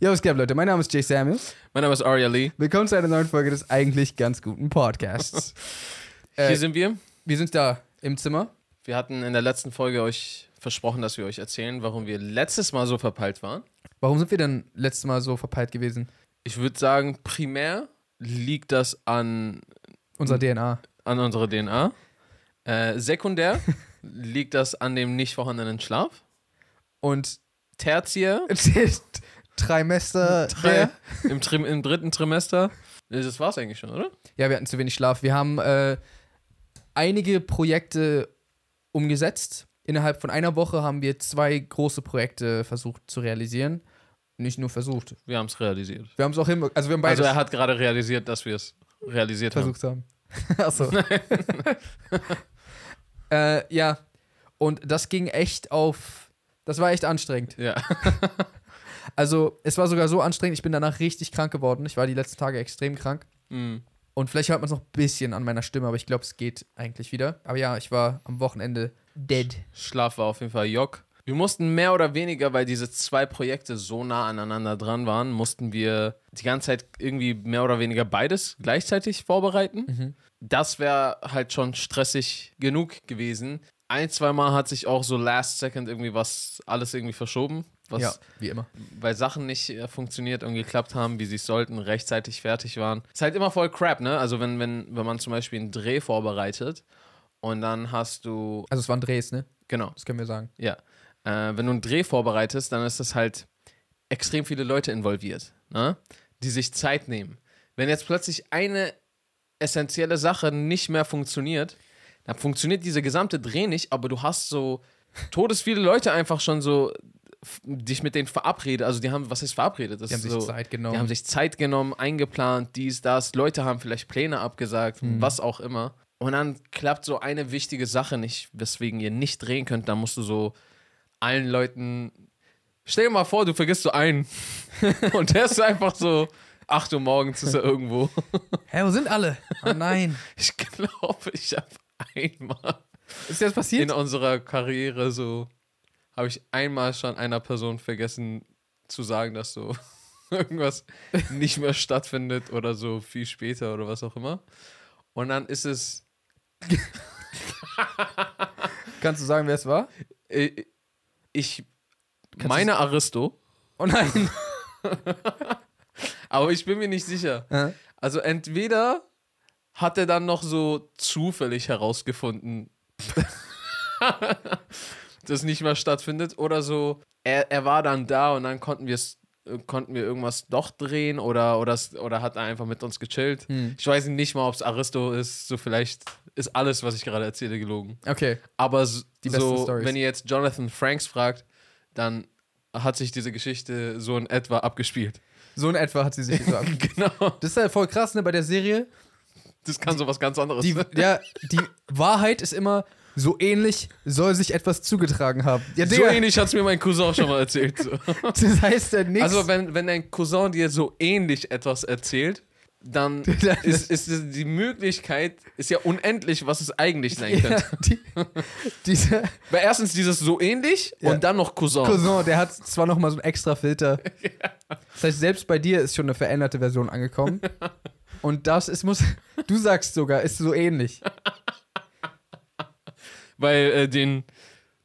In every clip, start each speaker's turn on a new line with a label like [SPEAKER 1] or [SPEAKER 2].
[SPEAKER 1] Yo, was geht ab, Leute? Mein Name ist Jay Samuels.
[SPEAKER 2] Mein Name ist Aria Lee.
[SPEAKER 1] Willkommen zu einer neuen Folge des eigentlich ganz guten Podcasts. Äh,
[SPEAKER 2] Hier sind wir.
[SPEAKER 1] wir sind da im Zimmer.
[SPEAKER 2] Wir hatten in der letzten Folge euch versprochen, dass wir euch erzählen, warum wir letztes Mal so verpeilt waren.
[SPEAKER 1] Warum sind wir denn letztes Mal so verpeilt gewesen?
[SPEAKER 2] Ich würde sagen, primär liegt das an,
[SPEAKER 1] Unser
[SPEAKER 2] Hm.
[SPEAKER 1] DNA.
[SPEAKER 2] an unserer DNA. Äh, sekundär liegt das an dem nicht vorhandenen Schlaf.
[SPEAKER 1] Und
[SPEAKER 2] Tertiär
[SPEAKER 1] Trimester.
[SPEAKER 2] drei, im, Trim, im dritten Trimester. Nee, Das war's eigentlich schon, oder?
[SPEAKER 1] Ja, wir hatten zu wenig Schlaf. Wir haben äh, einige Projekte umgesetzt. Innerhalb von einer Woche haben wir zwei große Projekte versucht zu realisieren. Nicht nur versucht.
[SPEAKER 2] Wir haben es realisiert.
[SPEAKER 1] Wir haben es auch hin. Also wir haben beides
[SPEAKER 2] Also er hat gerade realisiert, dass wir es realisiert haben.
[SPEAKER 1] versucht haben. Achso. äh, ja. Und das ging echt auf. Das war echt anstrengend.
[SPEAKER 2] Ja.
[SPEAKER 1] Also, es war sogar so anstrengend, ich bin danach richtig krank geworden. Ich war die letzten Tage extrem krank.
[SPEAKER 2] Mm.
[SPEAKER 1] Und vielleicht hört man es noch ein bisschen an meiner Stimme, aber ich glaube, es geht eigentlich wieder. Aber ja, ich war am Wochenende dead.
[SPEAKER 2] Schlaf war auf jeden Fall Jock. Wir mussten mehr oder weniger, weil diese zwei Projekte so nah aneinander dran waren, mussten wir die ganze Zeit irgendwie mehr oder weniger beides gleichzeitig vorbereiten. Das wäre halt schon stressig genug gewesen. Ein, zweimal hat sich auch so last second irgendwie was, alles irgendwie verschoben, was
[SPEAKER 1] ja, wie immer.
[SPEAKER 2] weil Sachen nicht äh, funktioniert und geklappt haben, wie sie sollten, rechtzeitig fertig waren. Ist halt immer voll crap, ne? Also wenn, wenn, wenn man zum Beispiel einen Dreh vorbereitet und dann hast du,
[SPEAKER 1] Also, es waren Drehs, ne?
[SPEAKER 2] genau,
[SPEAKER 1] Das können wir sagen.
[SPEAKER 2] ja. Äh, wenn du einen Dreh vorbereitest, dann ist das halt extrem viele Leute involviert, ne? die sich Zeit nehmen. Wenn jetzt plötzlich eine essentielle Sache nicht mehr funktioniert, dann funktioniert dieser gesamte Dreh nicht, aber du hast so todesviele Leute einfach schon so f- dich mit denen verabredet, also die haben, was heißt verabredet? Das
[SPEAKER 1] Die haben
[SPEAKER 2] ist
[SPEAKER 1] sich
[SPEAKER 2] so,
[SPEAKER 1] Zeit genommen.
[SPEAKER 2] die haben sich Zeit genommen, eingeplant, dies, das. Leute haben vielleicht Pläne abgesagt, was auch immer. Und dann klappt so eine wichtige Sache nicht, weswegen ihr nicht drehen könnt. Dann musst du so allen Leuten. Stell dir mal vor, du vergisst so einen. Und der ist einfach so. 8 Uhr morgens ist er irgendwo.
[SPEAKER 1] Hä, wo sind alle? Oh nein.
[SPEAKER 2] Ich glaube, ich habe einmal
[SPEAKER 1] Ist dir das passiert?
[SPEAKER 2] in unserer Karriere so, habe ich einmal schon einer Person vergessen zu sagen, dass so irgendwas nicht mehr stattfindet oder so viel später oder was auch immer. Und dann ist es,
[SPEAKER 1] Kannst du sagen, wer es war?
[SPEAKER 2] äh, ich
[SPEAKER 1] Kannst
[SPEAKER 2] meine Aristo,
[SPEAKER 1] Oh nein.
[SPEAKER 2] aber ich bin mir nicht sicher.
[SPEAKER 1] Äh?
[SPEAKER 2] Also entweder hat er dann noch so zufällig herausgefunden, dass nicht mehr stattfindet oder so. Er, er war dann da und dann konnten wir es konnten wir irgendwas doch drehen oder oder s- oder hat er einfach mit uns gechillt.
[SPEAKER 1] Hm.
[SPEAKER 2] Ich weiß nicht mal, ob es Aristo ist, so vielleicht ist alles, was ich gerade erzähle, gelogen.
[SPEAKER 1] Okay.
[SPEAKER 2] Aber s-
[SPEAKER 1] Die besten
[SPEAKER 2] so,
[SPEAKER 1] Stories.
[SPEAKER 2] wenn ihr jetzt Jonathan Franks fragt, dann hat sich diese Geschichte so in etwa abgespielt.
[SPEAKER 1] So in etwa hat sie sich gesagt.
[SPEAKER 2] genau.
[SPEAKER 1] Das ist ja voll krass, ne, bei der Serie.
[SPEAKER 2] Das kann so was ganz anderes
[SPEAKER 1] Die, ja, die Wahrheit ist immer, so ähnlich soll sich etwas zugetragen haben. Ja,
[SPEAKER 2] So ähnlich hat es mir mein Cousin auch schon mal erzählt. So.
[SPEAKER 1] Das heißt ja nichts.
[SPEAKER 2] Also, wenn, wenn dein Cousin dir so ähnlich etwas erzählt, dann ist, ist es- die Möglichkeit ist ja unendlich, was es eigentlich sein
[SPEAKER 1] ja,
[SPEAKER 2] könnte.
[SPEAKER 1] die, dieser
[SPEAKER 2] Weil erstens dieses so ähnlich
[SPEAKER 1] Ja.
[SPEAKER 2] und dann noch Cousin.
[SPEAKER 1] Cousin, der hat zwar noch mal so einen extra Filter. Das heißt, selbst bei dir ist schon eine veränderte Version angekommen. Und das ist muss du sagst sogar, ist so ähnlich.
[SPEAKER 2] Weil äh, den,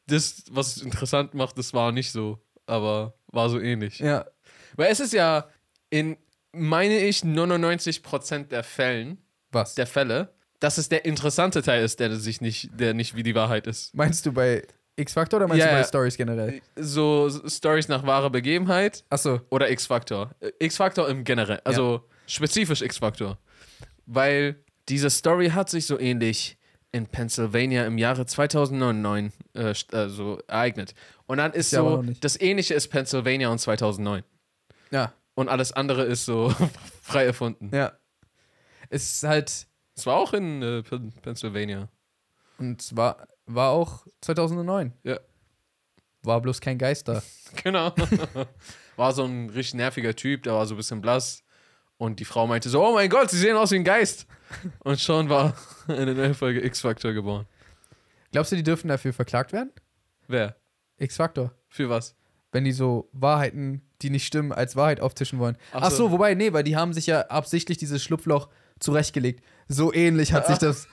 [SPEAKER 2] das, was es interessant macht, das war nicht so, aber war so ähnlich.
[SPEAKER 1] Ja.
[SPEAKER 2] Weil es ist ja in, meine ich, 99% der Fällen,
[SPEAKER 1] Was?
[SPEAKER 2] der Fälle, dass es der interessante Teil ist, der sich nicht, der nicht wie die Wahrheit ist.
[SPEAKER 1] Meinst du bei X-Factor oder meinst
[SPEAKER 2] Ja,
[SPEAKER 1] du bei
[SPEAKER 2] ja.
[SPEAKER 1] Stories generell?
[SPEAKER 2] so Stories nach wahrer Begebenheit
[SPEAKER 1] Achso,
[SPEAKER 2] oder X-Faktor. Äh, X-Faktor im generell, also spezifisch X-Faktor. Weil diese Story hat sich so ähnlich in Pennsylvania im Jahre 2009 äh, st- äh, so ereignet. Und dann ist
[SPEAKER 1] Ja, aber
[SPEAKER 2] so,
[SPEAKER 1] noch nicht.
[SPEAKER 2] das Ähnliche ist Pennsylvania und 2009.
[SPEAKER 1] ja,
[SPEAKER 2] Und alles andere ist so frei erfunden.
[SPEAKER 1] ja. Es ist halt
[SPEAKER 2] Es war auch in äh, Pen- Pennsylvania.
[SPEAKER 1] und es war war auch 2009.
[SPEAKER 2] Ja.
[SPEAKER 1] War bloß kein Geist da.
[SPEAKER 2] Genau. war so ein richtig nerviger Typ, der war so ein bisschen blass. Und die Frau meinte so: Oh mein Gott, sie sehen aus wie ein Geist. Und schon war eine neue Folge X-Factor geboren.
[SPEAKER 1] Glaubst du, die dürfen dafür verklagt werden?
[SPEAKER 2] Wer?
[SPEAKER 1] X-Factor.
[SPEAKER 2] Für was?
[SPEAKER 1] Wenn die so Wahrheiten, die nicht stimmen, als Wahrheit auftischen wollen.
[SPEAKER 2] Ach
[SPEAKER 1] Ach,
[SPEAKER 2] so.
[SPEAKER 1] so. wobei, nee, weil die haben sich ja absichtlich dieses Schlupfloch zurechtgelegt. So ähnlich hat sich das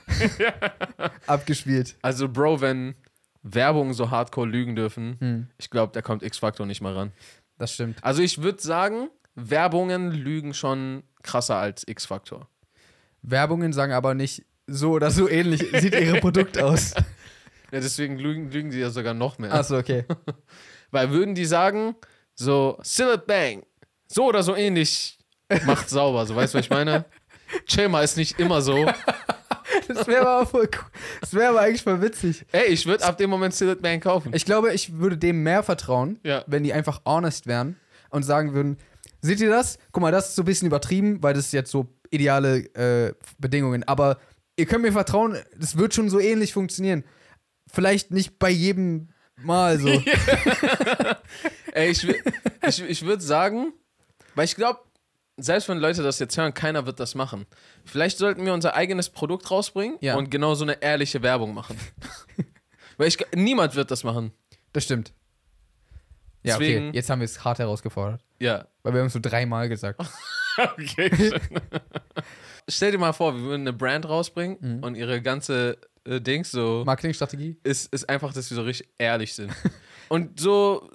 [SPEAKER 1] abgespielt.
[SPEAKER 2] Also, Bro, wenn Werbung so hardcore lügen dürfen,
[SPEAKER 1] Hm,
[SPEAKER 2] ich glaube, da kommt X-Factor nicht mal ran.
[SPEAKER 1] das stimmt.
[SPEAKER 2] Also, ich würde sagen, Werbungen lügen schon krasser als X-Factor.
[SPEAKER 1] Werbungen sagen aber nicht so oder so ähnlich sieht ihre Produkt aus.
[SPEAKER 2] Ja, deswegen lügen, lügen die ja sogar noch mehr.
[SPEAKER 1] Achso, okay.
[SPEAKER 2] Weil würden die sagen, so, Silent Bang, so oder so ähnlich, macht sauber, so weißt du, was ich meine? Chill mal, ist nicht immer so.
[SPEAKER 1] Das wäre aber, voll cool. Das wär aber eigentlich voll witzig.
[SPEAKER 2] Ey, ich würde ab dem Moment Silent Bang kaufen.
[SPEAKER 1] Ich glaube, ich würde dem mehr vertrauen,
[SPEAKER 2] Ja.
[SPEAKER 1] wenn die einfach honest wären und sagen würden, seht ihr das? Guck mal, das ist so ein bisschen übertrieben, weil das ist jetzt so ideale äh, Bedingungen. Aber ihr könnt mir vertrauen, das wird schon so ähnlich funktionieren. Vielleicht nicht bei jedem Mal so.
[SPEAKER 2] Ey, ich, wür- ich, ich würde sagen, weil ich glaube, selbst wenn Leute das jetzt hören, keiner wird das machen. Vielleicht sollten wir unser eigenes Produkt rausbringen
[SPEAKER 1] Ja.
[SPEAKER 2] und genau so eine ehrliche Werbung machen. weil ich, niemand wird das machen.
[SPEAKER 1] Das stimmt. Ja, okay.
[SPEAKER 2] Deswegen-
[SPEAKER 1] Jetzt haben wir es hart herausgefordert.
[SPEAKER 2] Ja.
[SPEAKER 1] Weil wir haben es so dreimal gesagt.
[SPEAKER 2] Okay. Stell dir mal vor, wir würden eine Brand rausbringen und ihre ganze äh, Dings so
[SPEAKER 1] Marketingstrategie?
[SPEAKER 2] ist, ist einfach, dass wir so richtig ehrlich sind. und so,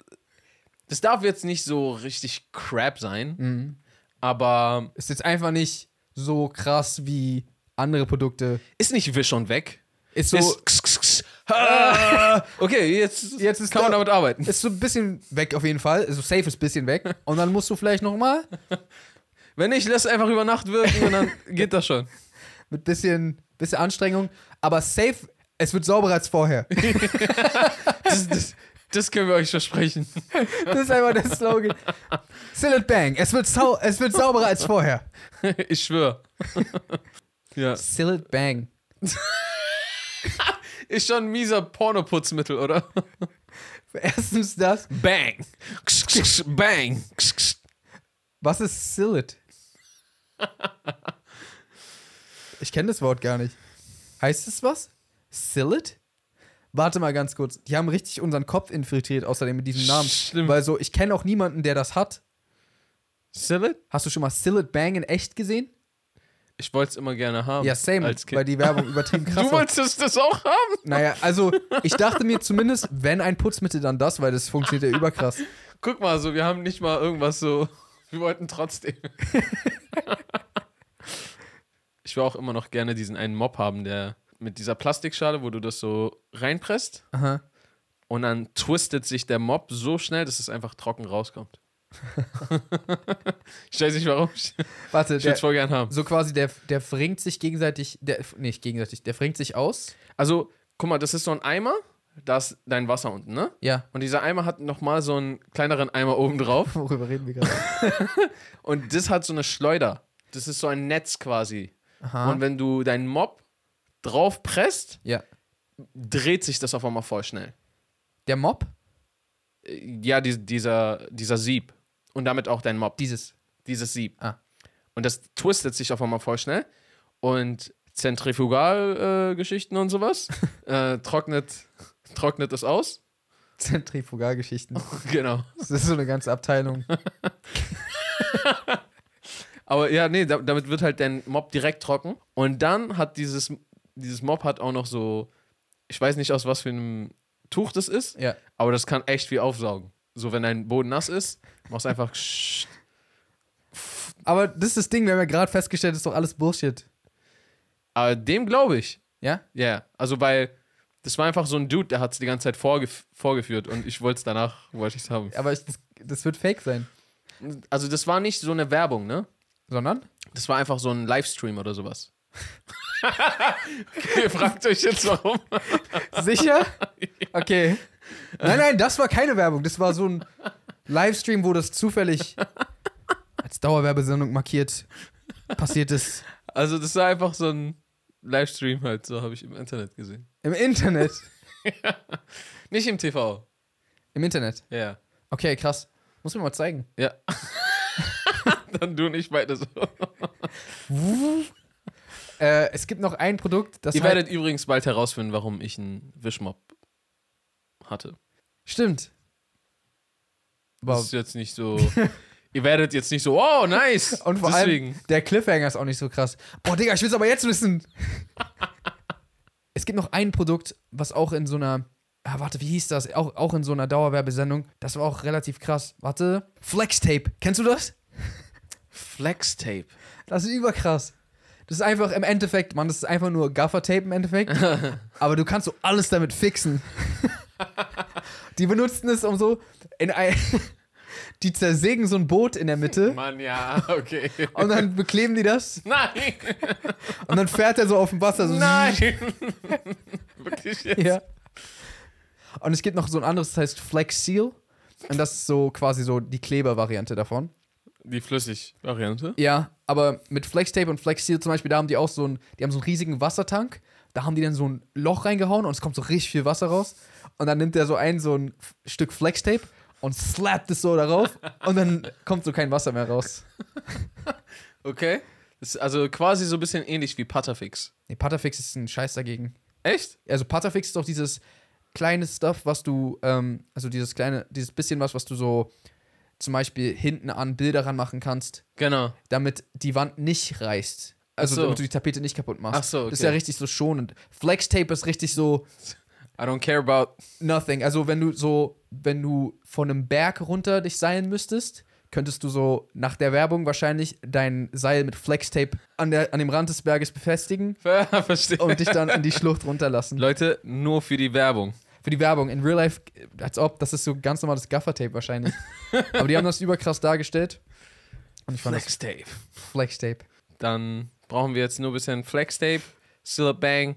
[SPEAKER 2] das darf jetzt nicht so richtig crap sein, aber
[SPEAKER 1] Ist jetzt einfach nicht so krass wie andere Produkte.
[SPEAKER 2] ist nicht wisch und weg.
[SPEAKER 1] Ist so,
[SPEAKER 2] Ist kss, kss, kss. Ah! okay, jetzt,
[SPEAKER 1] Jetzt ist
[SPEAKER 2] kann man
[SPEAKER 1] da-
[SPEAKER 2] damit arbeiten.
[SPEAKER 1] ist so ein bisschen weg auf jeden Fall. Also safe ist ein bisschen weg. Und dann musst du vielleicht nochmal
[SPEAKER 2] Wenn nicht, lass einfach über Nacht wirken und dann geht das schon.
[SPEAKER 1] mit bisschen, bisschen Anstrengung. Aber safe, es wird sauberer als vorher.
[SPEAKER 2] Das, das, das können wir euch versprechen.
[SPEAKER 1] Das ist einfach der Slogan. Silent Bang, es wird, sau es wird sauberer als vorher.
[SPEAKER 2] Ich schwöre. ja.
[SPEAKER 1] Silent Bang.
[SPEAKER 2] Ist schon ein mieser Pornoputzmittel, oder?
[SPEAKER 1] Erstens das.
[SPEAKER 2] Bang. Kss, kss, kss, Bang. Kss, kss.
[SPEAKER 1] Was ist Sillet? Ich kenne das Wort gar nicht. Heißt es was? Sillet? Warte mal ganz kurz. Die haben richtig unseren Kopf infiltriert, außerdem mit diesem Namen.
[SPEAKER 2] Stimmt.
[SPEAKER 1] Weil so, ich kenne auch niemanden, der das hat.
[SPEAKER 2] Sillet?
[SPEAKER 1] Hast du schon mal Sillet Bang in echt gesehen?
[SPEAKER 2] Ich wollte es immer gerne haben.
[SPEAKER 1] Ja, same,
[SPEAKER 2] Als kind.
[SPEAKER 1] weil die Werbung übertrieben krass
[SPEAKER 2] Du
[SPEAKER 1] war.
[SPEAKER 2] wolltest das auch haben?
[SPEAKER 1] Naja, also ich dachte mir zumindest, wenn ein Putzmittel, dann das, weil das funktioniert ja überkrass.
[SPEAKER 2] Guck mal, so, wir haben nicht mal irgendwas so. Wir wollten trotzdem. ich will auch immer noch gerne diesen einen Mob haben, der mit dieser Plastikschale, wo du das so reinpresst
[SPEAKER 1] Aha.
[SPEAKER 2] und dann twistet sich der Mob so schnell, dass es einfach trocken rauskommt. ich weiß nicht warum. Ich
[SPEAKER 1] Warte,
[SPEAKER 2] würde
[SPEAKER 1] der,
[SPEAKER 2] es voll gern haben.
[SPEAKER 1] so quasi, der, der verringt sich gegenseitig, der, nicht gegenseitig, der verringt sich aus.
[SPEAKER 2] Also, guck mal, das ist so ein Eimer, da ist dein Wasser unten, ne?
[SPEAKER 1] Ja,
[SPEAKER 2] Und dieser Eimer hat nochmal so einen kleineren Eimer oben drauf.
[SPEAKER 1] Worüber reden wir gerade?
[SPEAKER 2] Und das hat so eine Schleuder. Das ist so ein Netz quasi.
[SPEAKER 1] Aha.
[SPEAKER 2] Und wenn du deinen Mob drauf presst,
[SPEAKER 1] Ah. ja.
[SPEAKER 2] dreht sich das auf einmal voll schnell.
[SPEAKER 1] Der Mob?
[SPEAKER 2] Äh, Ja, die, dieser, dieser Sieb. Und damit auch dein Mob.
[SPEAKER 1] Dieses.
[SPEAKER 2] dieses Sieb.
[SPEAKER 1] Ah.
[SPEAKER 2] Und das twistet sich auf einmal voll schnell. Und Zentrifugalgeschichten äh, Geschichten und sowas äh, trocknet, trocknet es aus.
[SPEAKER 1] Zentrifugalgeschichten.
[SPEAKER 2] Genau.
[SPEAKER 1] Das ist so eine ganze Abteilung.
[SPEAKER 2] Aber ja, nee, da, damit wird halt dein Mob direkt trocken. Und dann hat dieses, dieses Mob hat auch noch so, ich weiß nicht aus was für einem Tuch das ist,
[SPEAKER 1] Ja.
[SPEAKER 2] aber das kann echt viel aufsaugen. So, wenn dein Boden nass ist, machst du einfach. ksch-
[SPEAKER 1] Aber das ist das Ding, wir haben ja gerade festgestellt, das ist doch alles Bullshit.
[SPEAKER 2] aber dem glaube ich.
[SPEAKER 1] Ja?
[SPEAKER 2] Ja, also weil das war einfach so ein Dude, der hat es die ganze Zeit vorgef vorgeführt und ich wollte es danach, wollte ich es haben.
[SPEAKER 1] Aber ich, das, das wird fake sein.
[SPEAKER 2] Also das war nicht so eine Werbung, ne?
[SPEAKER 1] Sondern?
[SPEAKER 2] Das war einfach so ein Livestream oder sowas. okay, ihr fragt euch jetzt warum.
[SPEAKER 1] Sicher? Okay. Nein, nein, das war keine Werbung. Das war so ein Livestream, wo das zufällig als Dauerwerbesendung markiert passiert ist.
[SPEAKER 2] Also das war einfach so ein Livestream halt, so habe ich im Internet gesehen.
[SPEAKER 1] Im Internet.
[SPEAKER 2] Nicht im TV.
[SPEAKER 1] Im Internet.
[SPEAKER 2] Ja.
[SPEAKER 1] Okay, krass. Muss mir mal zeigen.
[SPEAKER 2] Ja. Dann du und ich beide so.
[SPEAKER 1] Äh, es gibt noch ein Produkt, das
[SPEAKER 2] Ihr
[SPEAKER 1] halt-
[SPEAKER 2] werdet übrigens bald herausfinden, warum ich einen Wischmopp hatte.
[SPEAKER 1] Stimmt.
[SPEAKER 2] Das ist jetzt nicht so. ihr werdet jetzt nicht so, oh, nice!
[SPEAKER 1] Und vor
[SPEAKER 2] Deswegen.
[SPEAKER 1] allem, der Cliffhanger ist auch nicht so krass. Boah, Digga, ich will's aber jetzt wissen. es gibt noch ein Produkt, was auch in so einer. Ah, warte, wie hieß das? Auch, auch in so einer Dauerwerbesendung. Das war auch relativ krass. Warte. Flextape. Kennst du das?
[SPEAKER 2] Flextape.
[SPEAKER 1] Das ist überkrass. Das ist einfach im Endeffekt, Mann, das ist einfach nur Gaffer-Tape im Endeffekt. aber du kannst so alles damit fixen. Die benutzten es um so in ein. Die zersägen so ein Boot in der Mitte
[SPEAKER 2] Mann, ja, okay.
[SPEAKER 1] und dann bekleben die das
[SPEAKER 2] Nein!
[SPEAKER 1] und dann fährt er so auf dem Wasser. So
[SPEAKER 2] Nein! Wirklich jetzt?
[SPEAKER 1] Ja. Und es gibt noch so ein anderes, das heißt Flex Seal. Und das ist so quasi so die Klebervariante davon.
[SPEAKER 2] Die Flüssig-Variante?
[SPEAKER 1] Ja, aber mit Flex Tape und Flex Seal zum Beispiel, da haben die auch so einen, die haben so einen riesigen Wassertank. Da haben die dann so ein Loch reingehauen und es kommt so richtig viel Wasser raus. Und dann nimmt er so ein, so ein F- Stück Flex Tape und slappt es so darauf. und dann kommt so kein Wasser mehr raus.
[SPEAKER 2] Okay. Ist also quasi so ein bisschen ähnlich wie Putterfix.
[SPEAKER 1] Nee, Patafix ist ein Scheiß dagegen.
[SPEAKER 2] Echt?
[SPEAKER 1] Also Patafix ist doch dieses kleine Stuff, was du, ähm, also dieses kleine, dieses bisschen was, was du so zum Beispiel hinten an Bilder ranmachen kannst,
[SPEAKER 2] Genau.
[SPEAKER 1] damit die Wand nicht reißt. Also
[SPEAKER 2] Ach so.
[SPEAKER 1] damit du die Tapete nicht kaputt machst.
[SPEAKER 2] Ach so,
[SPEAKER 1] Das ist
[SPEAKER 2] okay.
[SPEAKER 1] ja richtig so schonend. Flextape ist richtig so
[SPEAKER 2] I don't care about.
[SPEAKER 1] nothing. Also wenn du so, wenn du von einem Berg runter dich seilen müsstest, könntest du so nach der Werbung wahrscheinlich dein Seil mit Flextape an, der, an dem Rand des Berges befestigen
[SPEAKER 2] Verstehe.
[SPEAKER 1] und dich dann in die Schlucht runterlassen.
[SPEAKER 2] Leute, nur für die Werbung.
[SPEAKER 1] Für die Werbung. In Real Life, äh, als ob, das ist so ganz normales Gaffertape wahrscheinlich. Aber die haben das überkrass dargestellt. Und ich fand
[SPEAKER 2] Flextape.
[SPEAKER 1] das Flextape.
[SPEAKER 2] Dann brauchen wir jetzt nur ein bisschen Flextape, Slip Bang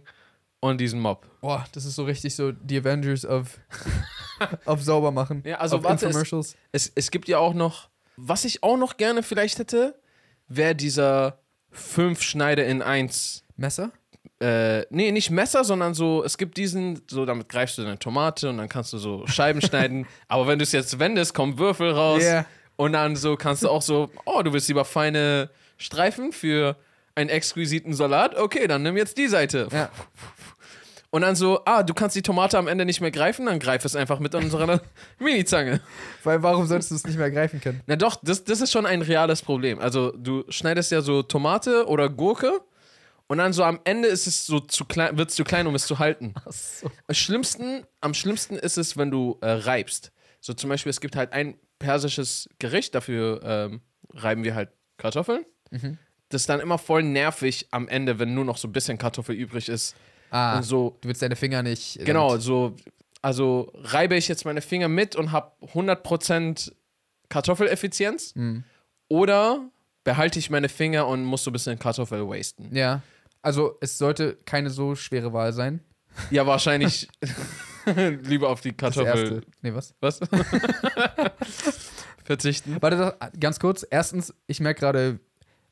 [SPEAKER 2] und diesen Mob.
[SPEAKER 1] Boah, das ist so richtig so die Avengers of, of sauber machen.
[SPEAKER 2] Ja, also
[SPEAKER 1] auf
[SPEAKER 2] warte, es-
[SPEAKER 1] Infomercials.
[SPEAKER 2] Es, es gibt ja auch noch, was ich auch noch gerne vielleicht hätte, wäre dieser fünf Schneider in eins.
[SPEAKER 1] Messer?
[SPEAKER 2] Äh, nee, nicht Messer, sondern so, es gibt diesen, so damit greifst du deine Tomate und dann kannst du so Scheiben schneiden. Aber wenn du es jetzt wendest, kommen Würfel raus.
[SPEAKER 1] Yeah.
[SPEAKER 2] Und dann so kannst du auch so, oh, du willst lieber feine Streifen für einen exquisiten Salat? Okay, dann nimm jetzt die Seite.
[SPEAKER 1] Ja.
[SPEAKER 2] Und dann so, ah, du kannst die Tomate am Ende nicht mehr greifen, dann greif es einfach mit unserer Mini-Zange.
[SPEAKER 1] Weil warum sollst du es nicht mehr greifen können?
[SPEAKER 2] Na doch, das, das ist schon ein reales Problem. Also du schneidest ja so Tomate oder Gurke und dann so am Ende ist es so zu klein, wird es zu klein, um es zu halten. Am schlimmsten, am schlimmsten ist es, wenn du äh, reibst. So zum Beispiel, es gibt halt ein persisches Gericht, dafür ähm, reiben wir halt Kartoffeln.
[SPEAKER 1] Mhm.
[SPEAKER 2] Das ist dann immer voll nervig am Ende, wenn nur noch so ein bisschen Kartoffel übrig ist.
[SPEAKER 1] Ah,
[SPEAKER 2] Und so,
[SPEAKER 1] du willst deine Finger nicht. äh,
[SPEAKER 2] Also- genau,
[SPEAKER 1] damit-
[SPEAKER 2] so, also reibe ich jetzt meine Finger mit und habe 100% Kartoffeleffizienz
[SPEAKER 1] Mhm.
[SPEAKER 2] oder behalte ich meine Finger und muss so ein bisschen Kartoffel wasten.
[SPEAKER 1] Ja. Also es sollte keine so schwere Wahl sein.
[SPEAKER 2] Ja, wahrscheinlich lieber auf die
[SPEAKER 1] Das
[SPEAKER 2] Kartoffel.
[SPEAKER 1] erste. Nee, was?
[SPEAKER 2] Was? Verzichten.
[SPEAKER 1] Warte, doch, ganz kurz. Erstens, ich merke gerade,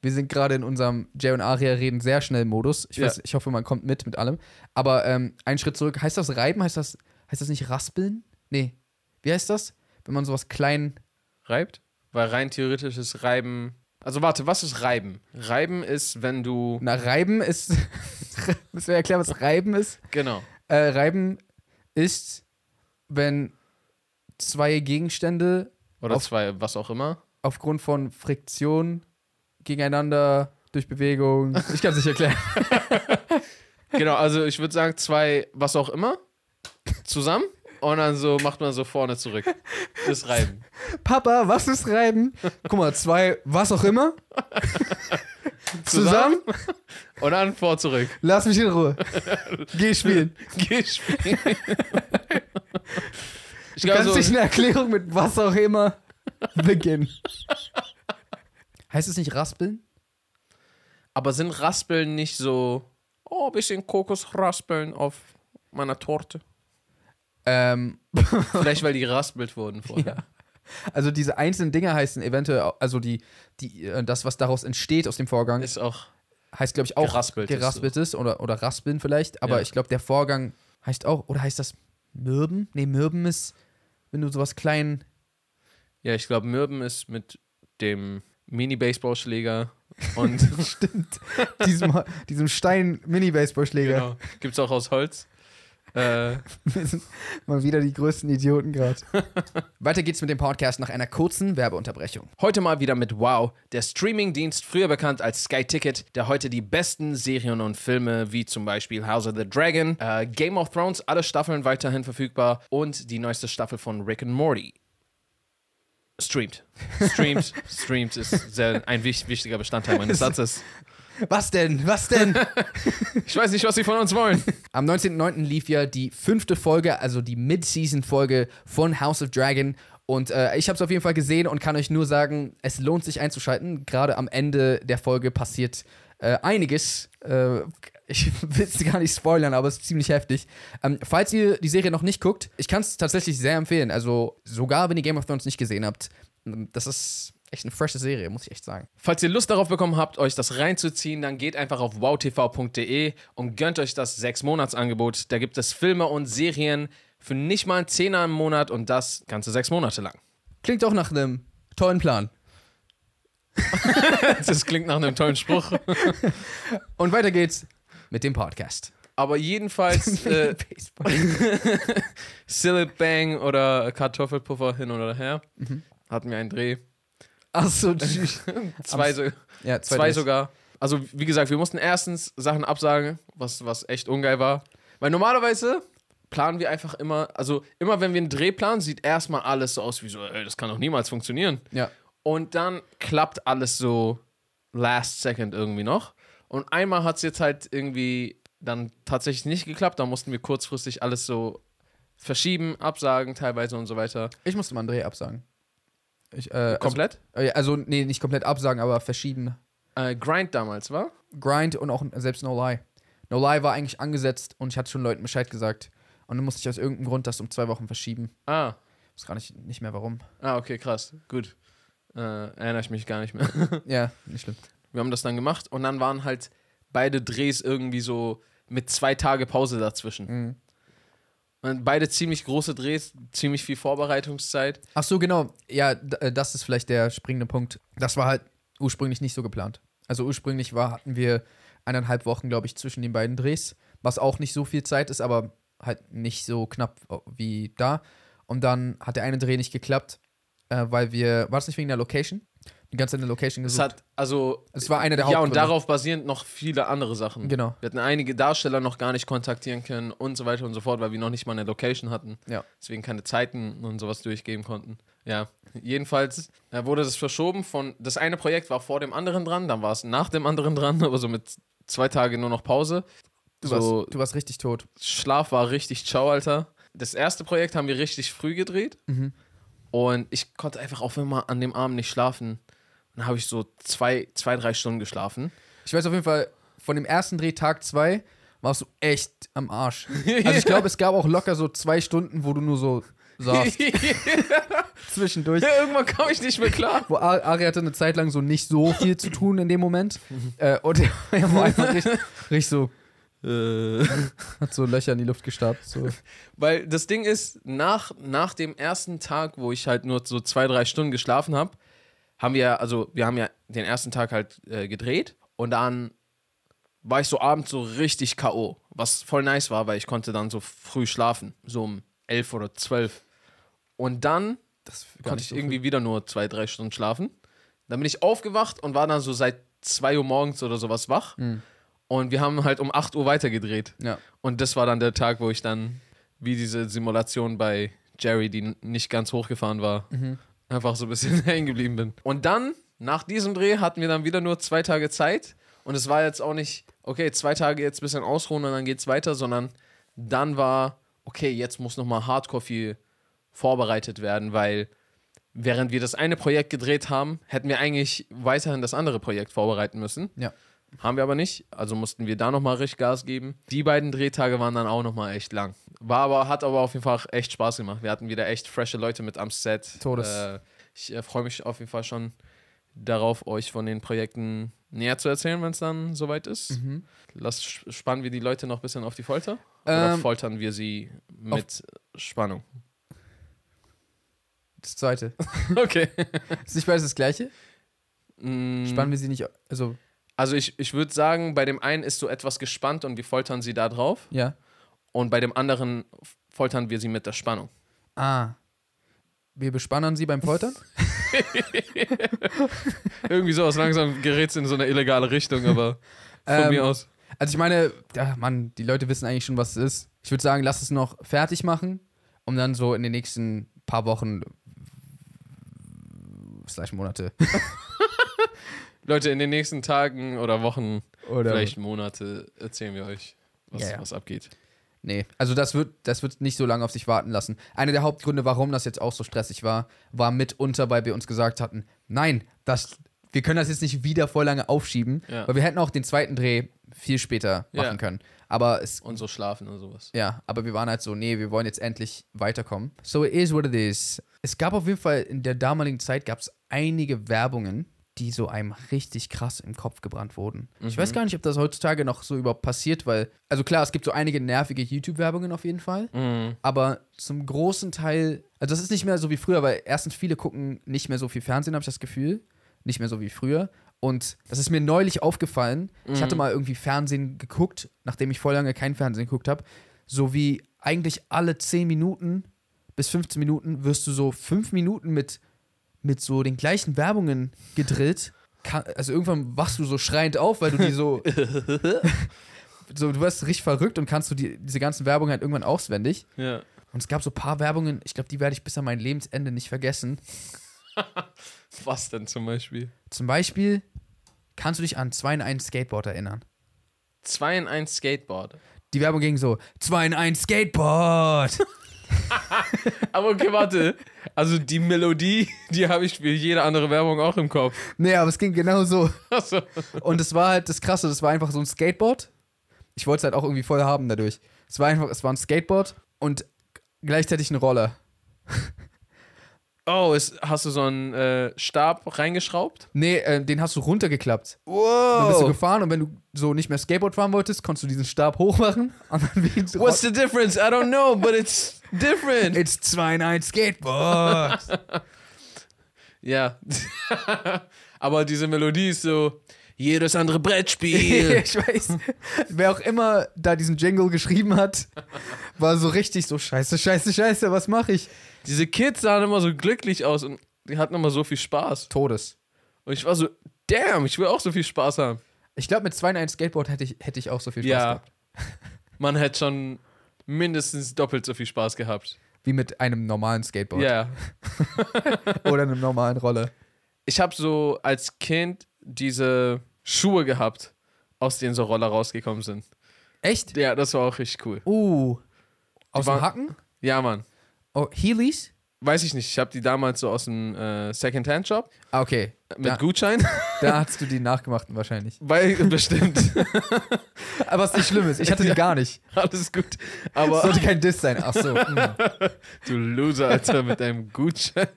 [SPEAKER 1] wir sind gerade in unserem Jay und Aria reden sehr schnell Modus. Ich,
[SPEAKER 2] Ja.
[SPEAKER 1] weiß, ich hoffe, man kommt mit mit allem. Aber ähm, einen Schritt zurück. Heißt das Reiben? Heißt das, heißt das nicht Raspeln? Nee. Wie heißt das? Wenn man sowas klein.
[SPEAKER 2] Reibt? Weil rein theoretisch ist Reiben. Also warte, was ist Reiben? Reiben ist, wenn du.
[SPEAKER 1] Na, Reiben ist. Müssen wir erklären, was Reiben ist?
[SPEAKER 2] Genau.
[SPEAKER 1] Äh, Reiben ist, wenn zwei Gegenstände
[SPEAKER 2] Oder
[SPEAKER 1] Auf-
[SPEAKER 2] zwei, was auch immer.
[SPEAKER 1] aufgrund von Friktion gegeneinander durch Bewegung. Ich kann es nicht erklären.
[SPEAKER 2] Genau, also ich würde sagen, zwei, was auch immer, zusammen. Und dann so macht man so vorne zurück. Das Reiben.
[SPEAKER 1] Papa, was ist Reiben? Guck mal, zwei, was auch immer. Zusammen,
[SPEAKER 2] Und dann vor zurück.
[SPEAKER 1] lass mich in Ruhe. Geh spielen.
[SPEAKER 2] Geh spielen. ich also,
[SPEAKER 1] Du
[SPEAKER 2] glaube,
[SPEAKER 1] kannst
[SPEAKER 2] so,
[SPEAKER 1] dich eine Erklärung mit was auch immer beginnen. Heißt es nicht raspeln?
[SPEAKER 2] aber sind Raspeln nicht so, oh, ein bisschen Kokosraspeln auf meiner Torte?
[SPEAKER 1] Ähm,
[SPEAKER 2] Vielleicht, weil die raspelt wurden vorher.
[SPEAKER 1] also diese einzelnen Dinge heißen eventuell, au- also die, die, äh, das, was daraus entsteht aus dem Vorgang,
[SPEAKER 2] Ist auch,
[SPEAKER 1] heißt, glaube ich, auch
[SPEAKER 2] Geraspeltes
[SPEAKER 1] geraspeltes oder, oder raspeln vielleicht. Aber
[SPEAKER 2] Ja.
[SPEAKER 1] ich glaube, der Vorgang heißt auch, oder heißt das Mürben? Nee, Mürben ist, wenn du sowas klein
[SPEAKER 2] ja, ich glaube, Mürben ist mit dem Mini-Baseballschläger Und
[SPEAKER 1] Stimmt. diesem, diesem Stein Mini-Baseballschläger.
[SPEAKER 2] genau. gibt es auch aus Holz. Äh,
[SPEAKER 1] Wir sind Mal wieder die größten Idioten gerade. Weiter geht's mit dem Podcast nach einer kurzen Werbeunterbrechung.
[SPEAKER 2] heute mal wieder mit Wow, der Streamingdienst, früher bekannt als Sky Ticket, der heute die besten Serien und Filme wie zum Beispiel House of the Dragon, äh, Game of Thrones, alle Staffeln weiterhin verfügbar und die neueste Staffel von Rick and Morty. Streamt. Streamt. Streamt ist sehr, ein wich- wichtiger Bestandteil meines Satzes.
[SPEAKER 1] Was denn? Was denn?
[SPEAKER 2] Ich weiß nicht, was sie von uns wollen.
[SPEAKER 1] Am 19.09. lief ja die fünfte Folge, also die Mid-Season-Folge von House of Dragon. Und äh, ich habe es auf jeden Fall gesehen und kann euch nur sagen, es lohnt sich einzuschalten. Gerade am Ende der Folge passiert äh, einiges. Äh, ich will es gar nicht spoilern, aber es ist ziemlich heftig. Ähm, falls ihr die Serie noch nicht guckt, ich kann es tatsächlich sehr empfehlen. Also sogar, wenn ihr Game of Thrones nicht gesehen habt, ähm, das ist echt eine frische Serie, muss ich echt sagen.
[SPEAKER 2] Falls ihr Lust darauf bekommen habt, euch das reinzuziehen, dann geht einfach auf wowtv.de und gönnt euch das 6-Monats-Angebot. Da gibt es Filme und Serien für nicht mal einen Zehner im Monat und das ganze sechs Monate lang.
[SPEAKER 1] Klingt auch nach einem tollen Plan.
[SPEAKER 2] Das klingt nach einem tollen Spruch.
[SPEAKER 1] Und weiter geht's mit dem Podcast.
[SPEAKER 2] Aber jedenfalls, äh,
[SPEAKER 1] Baseball.
[SPEAKER 2] Silip Bang oder Kartoffelpuffer hin oder her, hatten wir einen Dreh.
[SPEAKER 1] Achso, tschüss.
[SPEAKER 2] Zwei, so,
[SPEAKER 1] ja, zwei,
[SPEAKER 2] Äh, zwei
[SPEAKER 1] Dates.
[SPEAKER 2] sogar. Also, wie gesagt, wir mussten erstens Sachen absagen, was, was echt ungeil war. Weil normalerweise planen wir einfach immer, also immer wenn wir einen Dreh planen, sieht erstmal alles so aus wie so, ey, das kann doch niemals funktionieren.
[SPEAKER 1] Ja.
[SPEAKER 2] Und dann klappt alles so last second irgendwie noch. Und einmal hat es jetzt halt irgendwie dann tatsächlich nicht geklappt. Da mussten wir kurzfristig alles so verschieben, absagen teilweise und so weiter. Äh,
[SPEAKER 1] Ich musste mal einen Dreh absagen. Ich, äh,
[SPEAKER 2] Komplett.
[SPEAKER 1] Also, äh, also, nee, nicht komplett absagen, aber verschieben.
[SPEAKER 2] äh, Grind damals, war?
[SPEAKER 1] Grind und auch selbst No Lie. No Lie war eigentlich angesetzt und ich hatte schon Leuten Bescheid gesagt. Und dann musste ich aus irgendeinem Grund das um zwei Wochen verschieben.
[SPEAKER 2] Ah,
[SPEAKER 1] Ich weiß gar nicht, nicht mehr warum.
[SPEAKER 2] ah okay, krass. Gut. Äh, erinnere ich mich gar nicht mehr.
[SPEAKER 1] ja, nicht schlimm.
[SPEAKER 2] Wir haben das dann gemacht und dann waren halt beide Drehs irgendwie so mit zwei Tage Pause dazwischen.
[SPEAKER 1] Mhm.
[SPEAKER 2] Und beide ziemlich große Drehs, ziemlich viel Vorbereitungszeit.
[SPEAKER 1] Ach so, genau. Ja, d- äh, das ist vielleicht der springende Punkt. Das war halt ursprünglich nicht so geplant. Also ursprünglich war, hatten wir eineinhalb Wochen, glaube ich, zwischen den beiden Drehs, was auch nicht so viel Zeit ist, aber halt nicht so knapp wie da. Und dann hat der eine Dreh nicht geklappt, äh, weil wir, war es nicht wegen der Location? Die ganze Zeit eine Location
[SPEAKER 2] Es
[SPEAKER 1] gesucht.
[SPEAKER 2] hat, also,
[SPEAKER 1] Es war einer der
[SPEAKER 2] ja, und
[SPEAKER 1] Hauptgründe.
[SPEAKER 2] darauf basierend noch viele andere Sachen.
[SPEAKER 1] Genau.
[SPEAKER 2] Wir hatten einige Darsteller noch gar nicht kontaktieren können und so weiter und so fort, weil wir noch nicht mal eine Location hatten.
[SPEAKER 1] Ja.
[SPEAKER 2] Deswegen keine Zeiten und sowas durchgeben konnten. Ja. Jedenfalls äh, wurde das verschoben von. Das eine Projekt war vor dem anderen dran, dann war es nach dem anderen dran, aber so mit zwei Tagen nur noch Pause.
[SPEAKER 1] Du,
[SPEAKER 2] so
[SPEAKER 1] warst, du warst richtig tot.
[SPEAKER 2] Schlaf war richtig ciao, Alter. Das erste Projekt haben wir richtig früh gedreht.
[SPEAKER 1] Mhm.
[SPEAKER 2] Und ich konnte einfach auch immer an dem Abend nicht schlafen. Dann habe ich so zwei, zwei, drei Stunden geschlafen.
[SPEAKER 1] Ich weiß auf jeden Fall, von dem ersten Dreh, Tag 2, warst du echt am Arsch. Also ich glaube, es gab auch locker so zwei Stunden, wo du nur so saßt zwischendurch.
[SPEAKER 2] Ja, irgendwann kam ich nicht mehr klar.
[SPEAKER 1] Wo Ari, Ari hatte eine Zeit lang so nicht so viel zu tun in dem Moment. äh, und er war einfach richtig, richtig so,
[SPEAKER 2] Äh.
[SPEAKER 1] hat so Löcher in die Luft gestartet. So.
[SPEAKER 2] Weil das Ding ist, nach, nach dem ersten Tag, wo ich halt nur so zwei, drei Stunden geschlafen habe, haben wir, also wir haben ja den ersten Tag halt äh, gedreht und dann war ich so abends so richtig K.O., was voll nice war, weil ich konnte dann so früh schlafen, so um elf oder zwölf. Und dann konnte ich irgendwie wieder nur zwei, drei Stunden schlafen. Dann bin ich aufgewacht und war dann so seit 2 Uhr morgens oder sowas wach. Und wir haben halt um 8 Uhr weitergedreht.
[SPEAKER 1] Ja.
[SPEAKER 2] Und das war dann der Tag, wo ich dann, wie diese Simulation bei Jerry, die n- nicht ganz hochgefahren war, einfach so ein bisschen hängen geblieben bin. Und dann, nach diesem Dreh, hatten wir dann wieder nur zwei Tage Zeit. Und es war jetzt auch nicht, okay, zwei Tage jetzt ein bisschen ausruhen und dann geht's weiter, sondern dann war, okay, jetzt muss nochmal hardcore viel vorbereitet werden, weil während wir das eine Projekt gedreht haben, hätten wir eigentlich weiterhin das andere Projekt vorbereiten müssen.
[SPEAKER 1] Ja.
[SPEAKER 2] Haben wir aber nicht, also mussten wir da nochmal richtig Gas geben. Die beiden Drehtage waren dann auch nochmal echt lang. War aber, hat aber auf jeden Fall echt Spaß gemacht. Wir hatten wieder echt frische Leute mit am Set.
[SPEAKER 1] Todes.
[SPEAKER 2] Äh, ich äh, freue mich auf jeden Fall schon darauf, euch von den Projekten näher zu erzählen, wenn es dann soweit ist.
[SPEAKER 1] Mhm.
[SPEAKER 2] Lasst, sp- spannen wir die Leute noch ein bisschen auf die Folter? Oder
[SPEAKER 1] Ähm,
[SPEAKER 2] foltern wir sie mit Spannung?
[SPEAKER 1] Das zweite.
[SPEAKER 2] Okay.
[SPEAKER 1] Ist nicht beides das gleiche?
[SPEAKER 2] Mhm.
[SPEAKER 1] Spannen wir sie nicht, also,
[SPEAKER 2] Mm, Also ich, ich würde sagen, bei dem einen ist so etwas gespannt und wir foltern sie da drauf.
[SPEAKER 1] ja.
[SPEAKER 2] Und bei dem anderen foltern wir sie mit der Spannung.
[SPEAKER 1] Ah. Wir bespannen sie beim Foltern?
[SPEAKER 2] Irgendwie sowas langsam gerät es in so eine illegale Richtung, aber von
[SPEAKER 1] Ähm,
[SPEAKER 2] mir aus.
[SPEAKER 1] Also ich meine, ja, Mann, die Leute wissen eigentlich schon, was es ist. Ich würde sagen, lass es noch fertig machen, um dann so in den nächsten paar Wochen slash Monate
[SPEAKER 2] Leute, in den nächsten Tagen oder Wochen,
[SPEAKER 1] oder
[SPEAKER 2] vielleicht Monate, erzählen wir euch, was,
[SPEAKER 1] Ja, ja.
[SPEAKER 2] was abgeht.
[SPEAKER 1] Nee, also das wird, das wird nicht so lange auf sich warten lassen. Einer der Hauptgründe, warum das jetzt auch so stressig war, war mitunter, weil wir uns gesagt hatten, nein, das, wir können das jetzt nicht wieder voll lange aufschieben,
[SPEAKER 2] Ja.
[SPEAKER 1] weil wir hätten auch den zweiten Dreh viel später
[SPEAKER 2] Ja.
[SPEAKER 1] machen können. Aber es,
[SPEAKER 2] Und so schlafen und sowas.
[SPEAKER 1] ja, aber wir waren halt so, nee, wir wollen jetzt endlich weiterkommen. So it is what it is. Es gab auf jeden Fall in der damaligen Zeit gab es einige Werbungen, die so einem richtig krass im Kopf gebrannt wurden. Ich weiß gar nicht, ob das heutzutage noch so überhaupt passiert, weil, also klar, es gibt so einige nervige YouTube-Werbungen auf jeden Fall
[SPEAKER 2] Mhm.
[SPEAKER 1] aber zum großen Teil, also das ist nicht mehr so wie früher, weil erstens viele gucken nicht mehr so viel Fernsehen, habe ich das Gefühl, nicht mehr so wie früher. Und das ist mir neulich aufgefallen. Ich hatte mal irgendwie Fernsehen geguckt, nachdem ich voll lange kein Fernsehen geguckt habe. So wie eigentlich alle 10 Minuten bis 15 Minuten wirst du so 5 Minuten mit, mit so den gleichen Werbungen gedrillt. Ka- Also irgendwann wachst du so schreiend auf, weil du die so. so du wirst richtig verrückt und kannst du die, diese ganzen Werbungen halt irgendwann auswendig.
[SPEAKER 2] Ja.
[SPEAKER 1] Und es gab so ein paar Werbungen, ich glaube, die werde ich bis an mein Lebensende nicht vergessen.
[SPEAKER 2] Was denn zum Beispiel?
[SPEAKER 1] Zum Beispiel kannst du dich an 2 in 1 Skateboard erinnern.
[SPEAKER 2] 2 in 1 Skateboard.
[SPEAKER 1] Die Werbung ging so: 2 in 1 Skateboard!
[SPEAKER 2] Aber okay, warte. Also die Melodie, die habe ich für jede andere Werbung auch im Kopf.
[SPEAKER 1] nee, aber es ging genau so.
[SPEAKER 2] Also,
[SPEAKER 1] Und es war halt das Krasse: das war einfach so ein Skateboard. Ich wollte es halt auch irgendwie voll haben dadurch. Es war einfach, es war ein Skateboard und gleichzeitig ein Roller.
[SPEAKER 2] oh, ist, hast du so einen äh, Stab reingeschraubt?
[SPEAKER 1] Nee, äh, den hast du runtergeklappt. Dann bist du
[SPEAKER 2] Wow.
[SPEAKER 1] gefahren und wenn du so nicht mehr Skateboard fahren wolltest, konntest du diesen Stab hochmachen und dann wie ein Roller-
[SPEAKER 2] What's the difference? I don't know, but it's different.
[SPEAKER 1] It's 2 in 1 Skateboard!
[SPEAKER 2] Ja. Aber diese Melodie ist so, jedes andere Brettspiel.
[SPEAKER 1] ich weiß. Wer auch immer da diesen Jingle geschrieben hat, war so richtig so scheiße, scheiße, scheiße, was mache ich?
[SPEAKER 2] diese Kids sahen immer so glücklich aus und die hatten immer so viel Spaß.
[SPEAKER 1] Todes.
[SPEAKER 2] Und ich war so, damn, ich will auch so viel Spaß haben.
[SPEAKER 1] Ich glaube, mit 2 in 1 Skateboard hätte ich, hätte ich auch so viel Spaß
[SPEAKER 2] Ja.
[SPEAKER 1] gehabt.
[SPEAKER 2] Man hätte schon mindestens doppelt so viel Spaß gehabt.
[SPEAKER 1] Wie mit einem normalen
[SPEAKER 2] Ja.
[SPEAKER 1] Skateboard oder einem normalen Roller.
[SPEAKER 2] ich habe so als Kind diese Schuhe gehabt, aus denen so Roller rausgekommen sind.
[SPEAKER 1] Echt?
[SPEAKER 2] Ja, das war auch richtig cool.
[SPEAKER 1] Uh. Aus
[SPEAKER 2] Die
[SPEAKER 1] dem
[SPEAKER 2] waren-
[SPEAKER 1] Hacken?
[SPEAKER 2] Ja, Mann.
[SPEAKER 1] Oh, Heelys?
[SPEAKER 2] Weiß ich nicht. Ich habe die damals so aus dem äh, Secondhand-Shop
[SPEAKER 1] Ah, okay.
[SPEAKER 2] mit
[SPEAKER 1] Da-
[SPEAKER 2] Gutschein.
[SPEAKER 1] Da hast du die nachgemachten wahrscheinlich.
[SPEAKER 2] Weil, bestimmt.
[SPEAKER 1] Aber was nicht schlimm ist, ich hatte die gar nicht.
[SPEAKER 2] Alles gut. Aber
[SPEAKER 1] Sollte kein Diss sein. Ach so. mm.
[SPEAKER 2] du Loser, Alter, mit deinem Gutschein.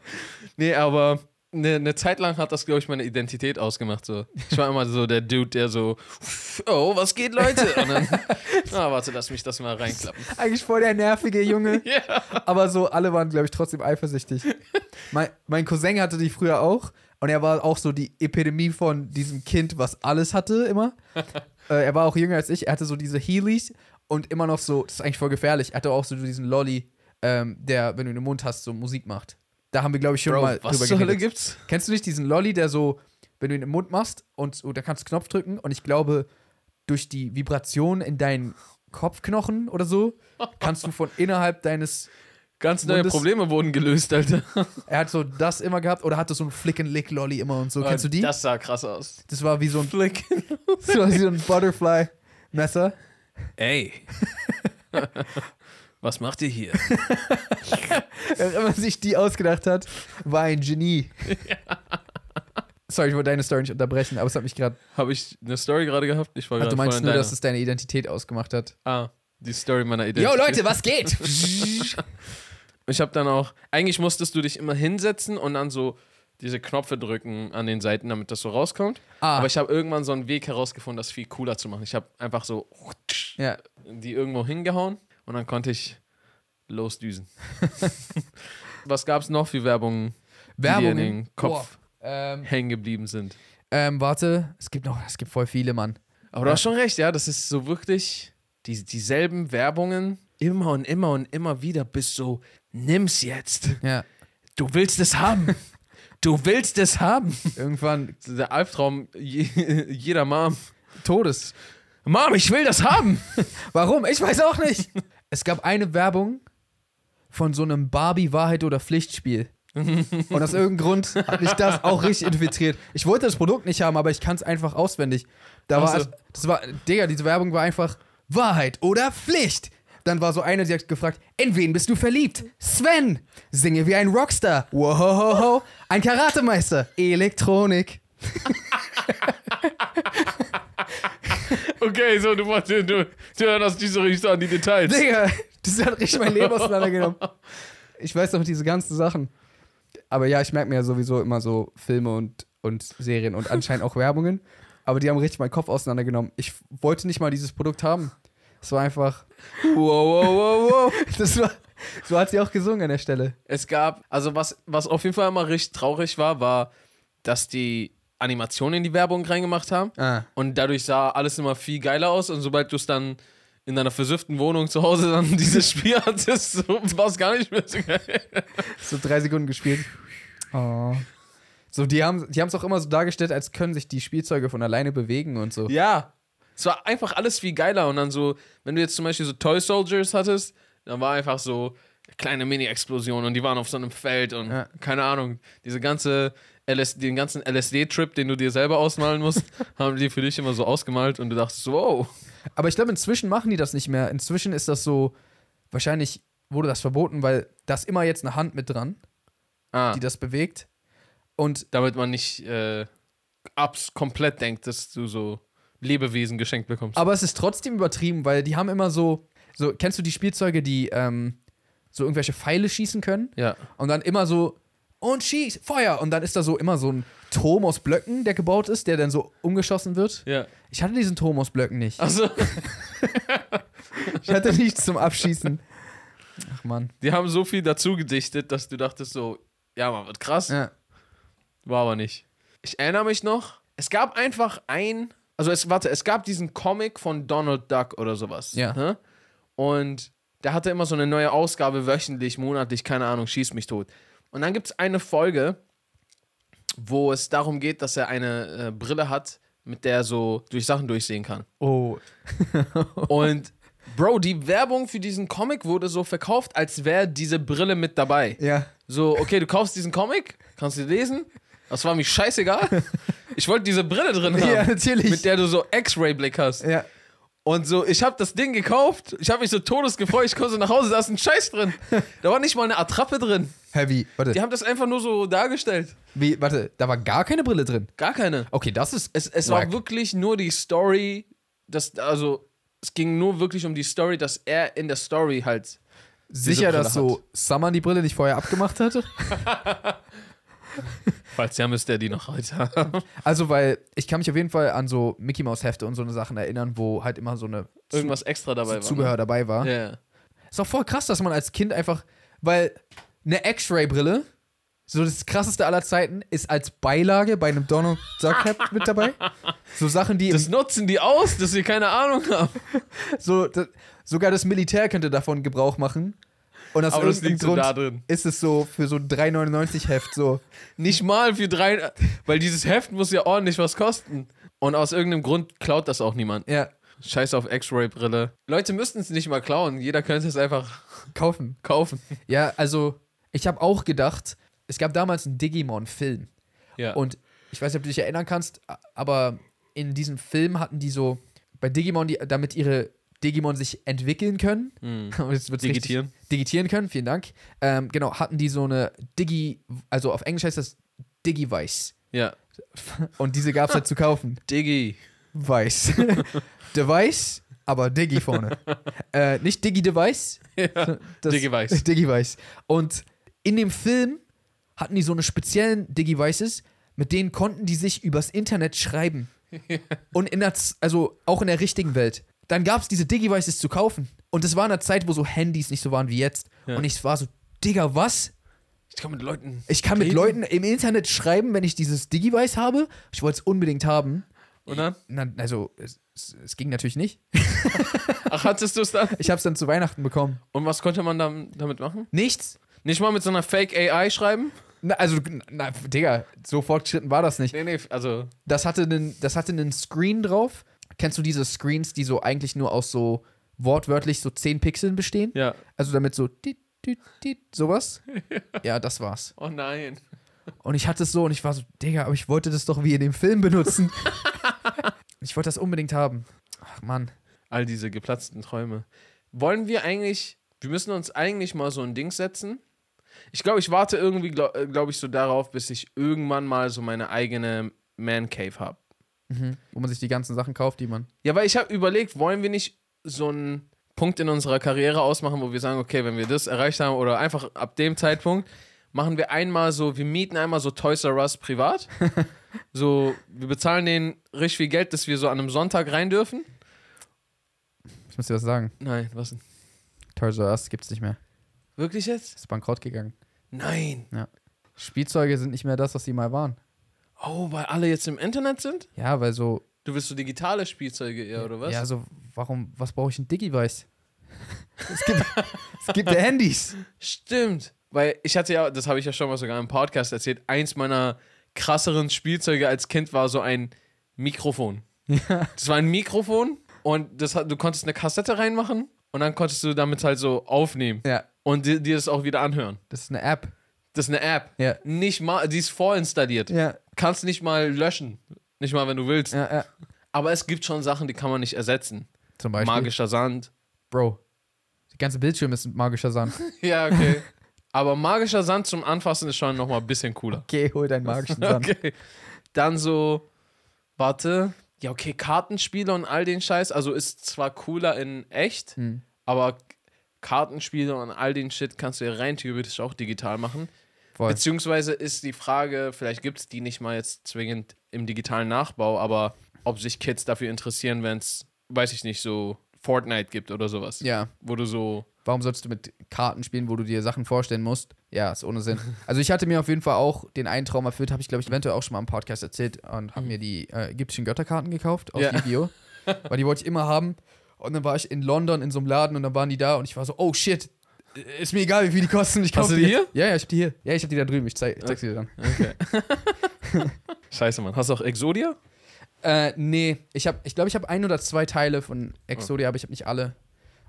[SPEAKER 2] Nee, aber eine ne Zeit lang hat das, glaube ich, meine Identität ausgemacht. So. Ich war immer so der Dude, der so, oh, was geht, Leute? Und dann, ah, warte, lass mich das mal reinklappen.
[SPEAKER 1] Eigentlich voll der nervige Junge.
[SPEAKER 2] Ja.
[SPEAKER 1] Aber so, alle waren, glaube ich, trotzdem eifersüchtig. mein, mein Cousin hatte die früher auch. Und er war auch so die Epidemie von diesem Kind, was alles hatte immer. äh, er war auch jünger als ich. Er hatte so diese Heelys und immer noch so, das ist eigentlich voll gefährlich. Er hatte auch so diesen Lolly, ähm, der, wenn du den Mund hast, so Musik macht. Da haben wir, glaube ich, schon
[SPEAKER 2] Bro,
[SPEAKER 1] mal
[SPEAKER 2] was
[SPEAKER 1] drüber
[SPEAKER 2] zur Hölle
[SPEAKER 1] geredet.
[SPEAKER 2] gibt's?
[SPEAKER 1] Kennst du nicht diesen Lolly, der so, wenn du ihn im Mund machst und so, da kannst du Knopf drücken und ich glaube, durch die Vibration in deinen Kopfknochen oder so, kannst du von innerhalb deines
[SPEAKER 2] Ganz neue
[SPEAKER 1] Bundes-
[SPEAKER 2] Probleme wurden gelöst, Alter.
[SPEAKER 1] Er hat so das immer gehabt oder hatte so einen Flick-and-Lick-Lolli immer und so. Kennst du die? Das,
[SPEAKER 2] Das sah krass aus.
[SPEAKER 1] war wie so ein,
[SPEAKER 2] Flick.
[SPEAKER 1] das war wie so ein Butterfly-Messer.
[SPEAKER 2] Ey. was macht ihr hier?
[SPEAKER 1] Wer immer sich die ausgedacht hat, war ein Genie. Sorry, ich wollte deine Story nicht unterbrechen, aber es hat mich gerade.
[SPEAKER 2] Habe ich eine Story gerade gehabt? Ich war
[SPEAKER 1] Ach,
[SPEAKER 2] gerade
[SPEAKER 1] Du
[SPEAKER 2] voll
[SPEAKER 1] meinst
[SPEAKER 2] in
[SPEAKER 1] nur,
[SPEAKER 2] deiner.
[SPEAKER 1] dass es deine Identität ausgemacht hat.
[SPEAKER 2] ah, die Story meiner Identität.
[SPEAKER 1] was geht?
[SPEAKER 2] Ich habe dann auch, eigentlich musstest du dich immer hinsetzen und dann so diese Knöpfe drücken an den Seiten, damit das so rauskommt.
[SPEAKER 1] ah,
[SPEAKER 2] Aber ich habe irgendwann so einen Weg herausgefunden, das viel cooler zu machen. Ich habe einfach so
[SPEAKER 1] ja.
[SPEAKER 2] die irgendwo hingehauen und dann konnte ich losdüsen. Was gab es noch für Werbungen, die dir in
[SPEAKER 1] Werbung.
[SPEAKER 2] den Kopf
[SPEAKER 1] Ähm,
[SPEAKER 2] hängen geblieben sind?
[SPEAKER 1] Ähm, warte, es gibt noch, es gibt voll viele, Mann.
[SPEAKER 2] Aber du hast schon recht, ja, das ist so wirklich die, dieselben Werbungen immer und immer und immer wieder bis so, nimm's jetzt.
[SPEAKER 1] Ja.
[SPEAKER 2] Du willst es haben. Du willst es haben.
[SPEAKER 1] Irgendwann
[SPEAKER 2] Das ist Der Albtraum je- jeder Mom.
[SPEAKER 1] Todes.
[SPEAKER 2] Mom, ich will das haben.
[SPEAKER 1] Warum? Ich weiß auch nicht. es gab eine Werbung von so einem Barbie-Wahrheit- oder Pflichtspiel. Und aus irgendeinem Grund hat mich das auch richtig infiltriert. Ich wollte das Produkt nicht haben, aber ich kann es einfach auswendig. Da
[SPEAKER 2] Ach
[SPEAKER 1] war,
[SPEAKER 2] so.
[SPEAKER 1] das war, Digga, diese Werbung war einfach Wahrheit oder Pflicht. Dann war so eine, die hat gefragt, in wen bist du verliebt? Sven, singe wie ein Rockstar. Wohohoho, ein Karatemeister. Elektronik.
[SPEAKER 2] Okay, so, du machst du, du, du hörst dich so richtig an die Details.
[SPEAKER 1] Digga, das hat richtig mein Leben auseinandergenommen. Ich weiß noch diese ganzen Sachen. Aber ja, ich merke mir ja sowieso immer so Filme und, und Serien und anscheinend auch Werbungen. Aber die haben richtig meinen Kopf auseinandergenommen. Ich wollte nicht mal dieses Produkt haben. Es war einfach.
[SPEAKER 2] Wow, wow, wow, wow.
[SPEAKER 1] Das war, so hat sie auch gesungen an der Stelle.
[SPEAKER 2] Es gab, also was, was auf jeden Fall immer richtig traurig war, war, dass die Animationen in die Werbung reingemacht haben.
[SPEAKER 1] Ah.
[SPEAKER 2] Und dadurch sah alles immer viel geiler aus. Und sobald du es dann in deiner versüfften Wohnung zu Hause dann dieses Spiel hattest, so, war es gar nicht mehr so geil.
[SPEAKER 1] So drei Sekunden gespielt. Oh. So, die haben die es auch immer so dargestellt, als können sich die Spielzeuge von alleine bewegen und so.
[SPEAKER 2] Ja. Es war einfach alles viel geiler. Und dann so, wenn du jetzt zum Beispiel so Toy Soldiers hattest, dann war einfach so eine kleine Mini-Explosion und die waren auf so einem Feld und
[SPEAKER 1] Ja.
[SPEAKER 2] keine Ahnung, diese ganze LS den ganzen LSD-Trip, den du dir selber ausmalen musst, haben die für dich immer so ausgemalt und du dachtest, so, wow.
[SPEAKER 1] Aber ich glaube, inzwischen machen die das nicht mehr. Inzwischen ist das so, wahrscheinlich wurde das verboten, weil da ist immer jetzt eine Hand mit dran,
[SPEAKER 2] Ah,
[SPEAKER 1] die das bewegt. Und
[SPEAKER 2] damit man nicht äh, abs komplett denkt, dass du so Lebewesen geschenkt bekommst.
[SPEAKER 1] aber es ist trotzdem übertrieben, weil die haben immer so, so kennst du die Spielzeuge, die ähm, so irgendwelche Pfeile schießen können?
[SPEAKER 2] ja.
[SPEAKER 1] Und dann immer so, und schieß, Feuer! Und dann ist da so immer so ein Turm aus Blöcken, der gebaut ist, der dann so umgeschossen wird.
[SPEAKER 2] Ja.
[SPEAKER 1] Ich hatte diesen Turm aus Blöcken nicht.
[SPEAKER 2] Also,
[SPEAKER 1] Ich hatte nichts zum Abschießen. Ach man.
[SPEAKER 2] die haben so viel dazu gedichtet, dass du dachtest so, ja, man wird krass.
[SPEAKER 1] Ja.
[SPEAKER 2] War aber nicht. Ich erinnere mich noch, es gab einfach ein, also es, warte, es gab diesen Comic von Donald Duck oder sowas.
[SPEAKER 1] Ja.
[SPEAKER 2] ne? Und der hatte immer so eine neue Ausgabe wöchentlich, monatlich, keine Ahnung, schieß mich tot. Und dann gibt es eine Folge, wo es darum geht, dass er eine äh, Brille hat, mit der er so durch Sachen durchsehen kann.
[SPEAKER 1] Oh.
[SPEAKER 2] Und Bro, die Werbung für diesen Comic wurde so verkauft, als wäre diese Brille mit dabei.
[SPEAKER 1] Ja.
[SPEAKER 2] So, okay, du kaufst diesen Comic, kannst du lesen. Das war mir scheißegal. Ich wollte diese Brille drin haben,
[SPEAKER 1] Ja, natürlich.
[SPEAKER 2] mit der du so X-Ray-Blick hast.
[SPEAKER 1] ja.
[SPEAKER 2] Und so, ich habe das Ding gekauft, ich habe mich so todesgefreut, ich komme so nach Hause, da ist ein Scheiß drin. Da war nicht mal eine Attrappe drin.
[SPEAKER 1] Heavy. Warte.
[SPEAKER 2] Die haben das einfach nur so dargestellt.
[SPEAKER 1] Wie, warte, da war gar keine Brille drin.
[SPEAKER 2] Gar keine.
[SPEAKER 1] Okay, das ist.
[SPEAKER 2] Es, es
[SPEAKER 1] Wack.
[SPEAKER 2] war wirklich nur die Story, dass, also, es ging nur wirklich um die Story, dass er in der Story halt
[SPEAKER 1] sicher,
[SPEAKER 2] Brille
[SPEAKER 1] dass
[SPEAKER 2] hat.
[SPEAKER 1] so Summer die Brille nicht vorher abgemacht hatte.
[SPEAKER 2] Falls ja, müsste er die noch heute haben.
[SPEAKER 1] Also, weil ich kann mich auf jeden Fall an so Mickey Mouse Hefte und so eine Sachen erinnern, wo halt immer so eine
[SPEAKER 2] Irgendwas extra dabei war.
[SPEAKER 1] Zubehör dabei war.
[SPEAKER 2] ne? Ja.
[SPEAKER 1] Ist doch voll krass, dass man als Kind einfach, weil eine X-Ray Brille, so das krasseste aller Zeiten, ist als Beilage bei einem Donald Duck Cap mit dabei. So Sachen, die im
[SPEAKER 2] Das nutzen die aus, dass wir keine Ahnung haben.
[SPEAKER 1] So, da, sogar das Militär könnte davon Gebrauch machen. Und aus
[SPEAKER 2] Aber das
[SPEAKER 1] irgendeinem
[SPEAKER 2] liegt so
[SPEAKER 1] Grund
[SPEAKER 2] da drin.
[SPEAKER 1] ist es so für so ein 3,99 Heft so.
[SPEAKER 2] Nicht mal für drei. Weil dieses Heft muss ja ordentlich was kosten. Und aus irgendeinem Grund klaut das auch niemand.
[SPEAKER 1] Ja,
[SPEAKER 2] Scheiß auf X-Ray-Brille. Leute müssten es nicht mal klauen. Jeder könnte es einfach
[SPEAKER 1] kaufen.
[SPEAKER 2] kaufen.
[SPEAKER 1] Ja, also ich habe auch gedacht, es gab damals einen Digimon-Film.
[SPEAKER 2] Ja.
[SPEAKER 1] Und ich weiß nicht, ob du dich erinnern kannst, a- aber in diesem Film hatten die so bei Digimon, die, damit ihre Digimon sich entwickeln können. Und jetzt wird's richtig-
[SPEAKER 2] Hm. Digitieren.
[SPEAKER 1] digitieren können, vielen Dank. Ähm, genau, hatten die so eine Digi, also auf Englisch heißt das Digivice.
[SPEAKER 2] ja.
[SPEAKER 1] Und diese gab es halt zu kaufen.
[SPEAKER 2] Diggi.
[SPEAKER 1] Weiß. Device, aber Diggi vorne. äh, nicht Diggi Device.
[SPEAKER 2] Ja.
[SPEAKER 1] das-
[SPEAKER 2] Digivice.
[SPEAKER 1] Digivice. Und in dem Film hatten die so eine speziellen Digivices, mit denen konnten die sich übers Internet schreiben. Und in der, Z- also auch in der richtigen Welt. Dann gab es diese Digivices zu kaufen. Und das war in einer Zeit, wo so Handys nicht so waren wie jetzt.
[SPEAKER 2] Ja.
[SPEAKER 1] Und ich war so, Digga, was?
[SPEAKER 2] Ich kann mit Leuten.
[SPEAKER 1] Ich kann mit
[SPEAKER 2] reden.
[SPEAKER 1] Leuten im Internet schreiben, wenn ich dieses Digivice habe. Ich wollte es unbedingt haben.
[SPEAKER 2] Oder?
[SPEAKER 1] Na, also, es, es, es ging natürlich nicht.
[SPEAKER 2] Ach, hattest du es dann?
[SPEAKER 1] Ich habe es dann zu Weihnachten bekommen.
[SPEAKER 2] Und was konnte man dam- damit machen?
[SPEAKER 1] Nichts?
[SPEAKER 2] Nicht mal mit so einer Fake AI schreiben?
[SPEAKER 1] Na, also, na, Digga, so fortgeschritten war das nicht.
[SPEAKER 2] Nee, nee, also.
[SPEAKER 1] Das hatte, einen, das hatte einen Screen drauf. Kennst du diese Screens, die so eigentlich nur aus so wortwörtlich so 10 Pixeln bestehen?
[SPEAKER 2] Ja.
[SPEAKER 1] Also damit so dit, dit, dit, sowas? ja, das war's.
[SPEAKER 2] Oh nein.
[SPEAKER 1] Und ich hatte es so und ich war so, Digga, aber ich wollte das doch wie in dem Film benutzen. ich wollte das unbedingt haben. Ach, Mann.
[SPEAKER 2] All diese geplatzten Träume. Wollen wir eigentlich. Wir müssen uns eigentlich mal so ein Ding setzen. Ich glaube, ich warte irgendwie, glaube glaub ich, so darauf, bis ich irgendwann mal so meine eigene Man Cave habe.
[SPEAKER 1] Mhm. Wo man sich die ganzen Sachen kauft, die man.
[SPEAKER 2] Ja, weil ich habe überlegt, wollen wir nicht so einen Punkt in unserer Karriere ausmachen, wo wir sagen, okay, wenn wir das erreicht haben oder einfach ab dem Zeitpunkt, machen wir einmal so, wir mieten einmal so Toys R Us privat. so, wir bezahlen denen richtig viel Geld, dass wir so an einem Sonntag rein dürfen.
[SPEAKER 1] Ich muss dir was sagen.
[SPEAKER 2] Nein, was denn?
[SPEAKER 1] Toys R Us gibt's nicht mehr.
[SPEAKER 2] Wirklich jetzt?
[SPEAKER 1] Ist bankrott gegangen.
[SPEAKER 2] Nein.
[SPEAKER 1] Spielzeuge sind nicht mehr das, was sie mal waren.
[SPEAKER 2] Oh, weil alle jetzt im Internet sind?
[SPEAKER 1] Ja, weil so.
[SPEAKER 2] Du willst so digitale Spielzeuge eher, oder was?
[SPEAKER 1] Ja, so, warum, was brauche ich ein Digivice? es gibt, es gibt ja Handys.
[SPEAKER 2] Stimmt. Weil ich hatte ja, das habe ich ja schon mal sogar im Podcast erzählt, eins meiner krasseren Spielzeuge als Kind war so ein Mikrofon. Das war ein Mikrofon und das hat, du konntest eine Kassette reinmachen und dann konntest du damit halt so aufnehmen
[SPEAKER 1] Ja,
[SPEAKER 2] und dir, dir das auch wieder anhören.
[SPEAKER 1] das ist eine App.
[SPEAKER 2] Das ist eine App.
[SPEAKER 1] Ja.
[SPEAKER 2] Nicht mal, die ist vorinstalliert.
[SPEAKER 1] Ja,
[SPEAKER 2] Kannst nicht mal löschen. Nicht mal, wenn du willst.
[SPEAKER 1] ja, ja.
[SPEAKER 2] Aber es gibt schon Sachen, die kann man nicht ersetzen.
[SPEAKER 1] Zum Beispiel.
[SPEAKER 2] Magischer Sand.
[SPEAKER 1] Bro. Der ganze Bildschirm ist ein magischer Sand.
[SPEAKER 2] Ja, okay. Aber magischer Sand zum Anfassen ist schon nochmal ein bisschen cooler.
[SPEAKER 1] Okay, hol deinen magischen Sand.
[SPEAKER 2] Okay. Dann so, warte. Ja, okay, Kartenspiele und all den Scheiß. Also ist zwar cooler in echt,
[SPEAKER 1] Hm.
[SPEAKER 2] aber Kartenspiele und all den Shit kannst du ja rein theoretisch auch digital machen.
[SPEAKER 1] Voll.
[SPEAKER 2] Beziehungsweise ist die Frage, vielleicht gibt es die nicht mal jetzt zwingend im digitalen Nachbau, aber ob sich Kids dafür interessieren, wenn es, weiß ich nicht, so Fortnite gibt oder sowas.
[SPEAKER 1] Ja.
[SPEAKER 2] Wo du so.
[SPEAKER 1] Warum sollst du mit Karten spielen, wo du dir Sachen vorstellen musst? Ja, ist ohne Sinn. Also ich hatte mir auf jeden Fall auch den einen Traum erfüllt, habe ich glaube ich eventuell auch schon mal im Podcast erzählt und habe mir die äh, ägyptischen Götterkarten gekauft aus
[SPEAKER 2] Mhm. Ja.
[SPEAKER 1] Yu-Gi-Oh! Weil die wollte ich immer haben. Und dann war ich in London in so einem Laden und dann waren die da und ich war so, oh shit, äh, ist mir egal, wie viel die kosten. Ich
[SPEAKER 2] Hast
[SPEAKER 1] kaufe
[SPEAKER 2] du
[SPEAKER 1] die
[SPEAKER 2] die
[SPEAKER 1] jetzt. Ja, ja, ich habe die hier. Ja, ich habe die da drüben. Ich, zeig, ich zeig's dir dann.
[SPEAKER 2] Scheiße, Mann. Hast du auch Exodia?
[SPEAKER 1] Äh, nee, ich habe, ich glaube, ich habe ein oder zwei Teile von
[SPEAKER 2] Oh.
[SPEAKER 1] Exodia, aber ich habe nicht alle.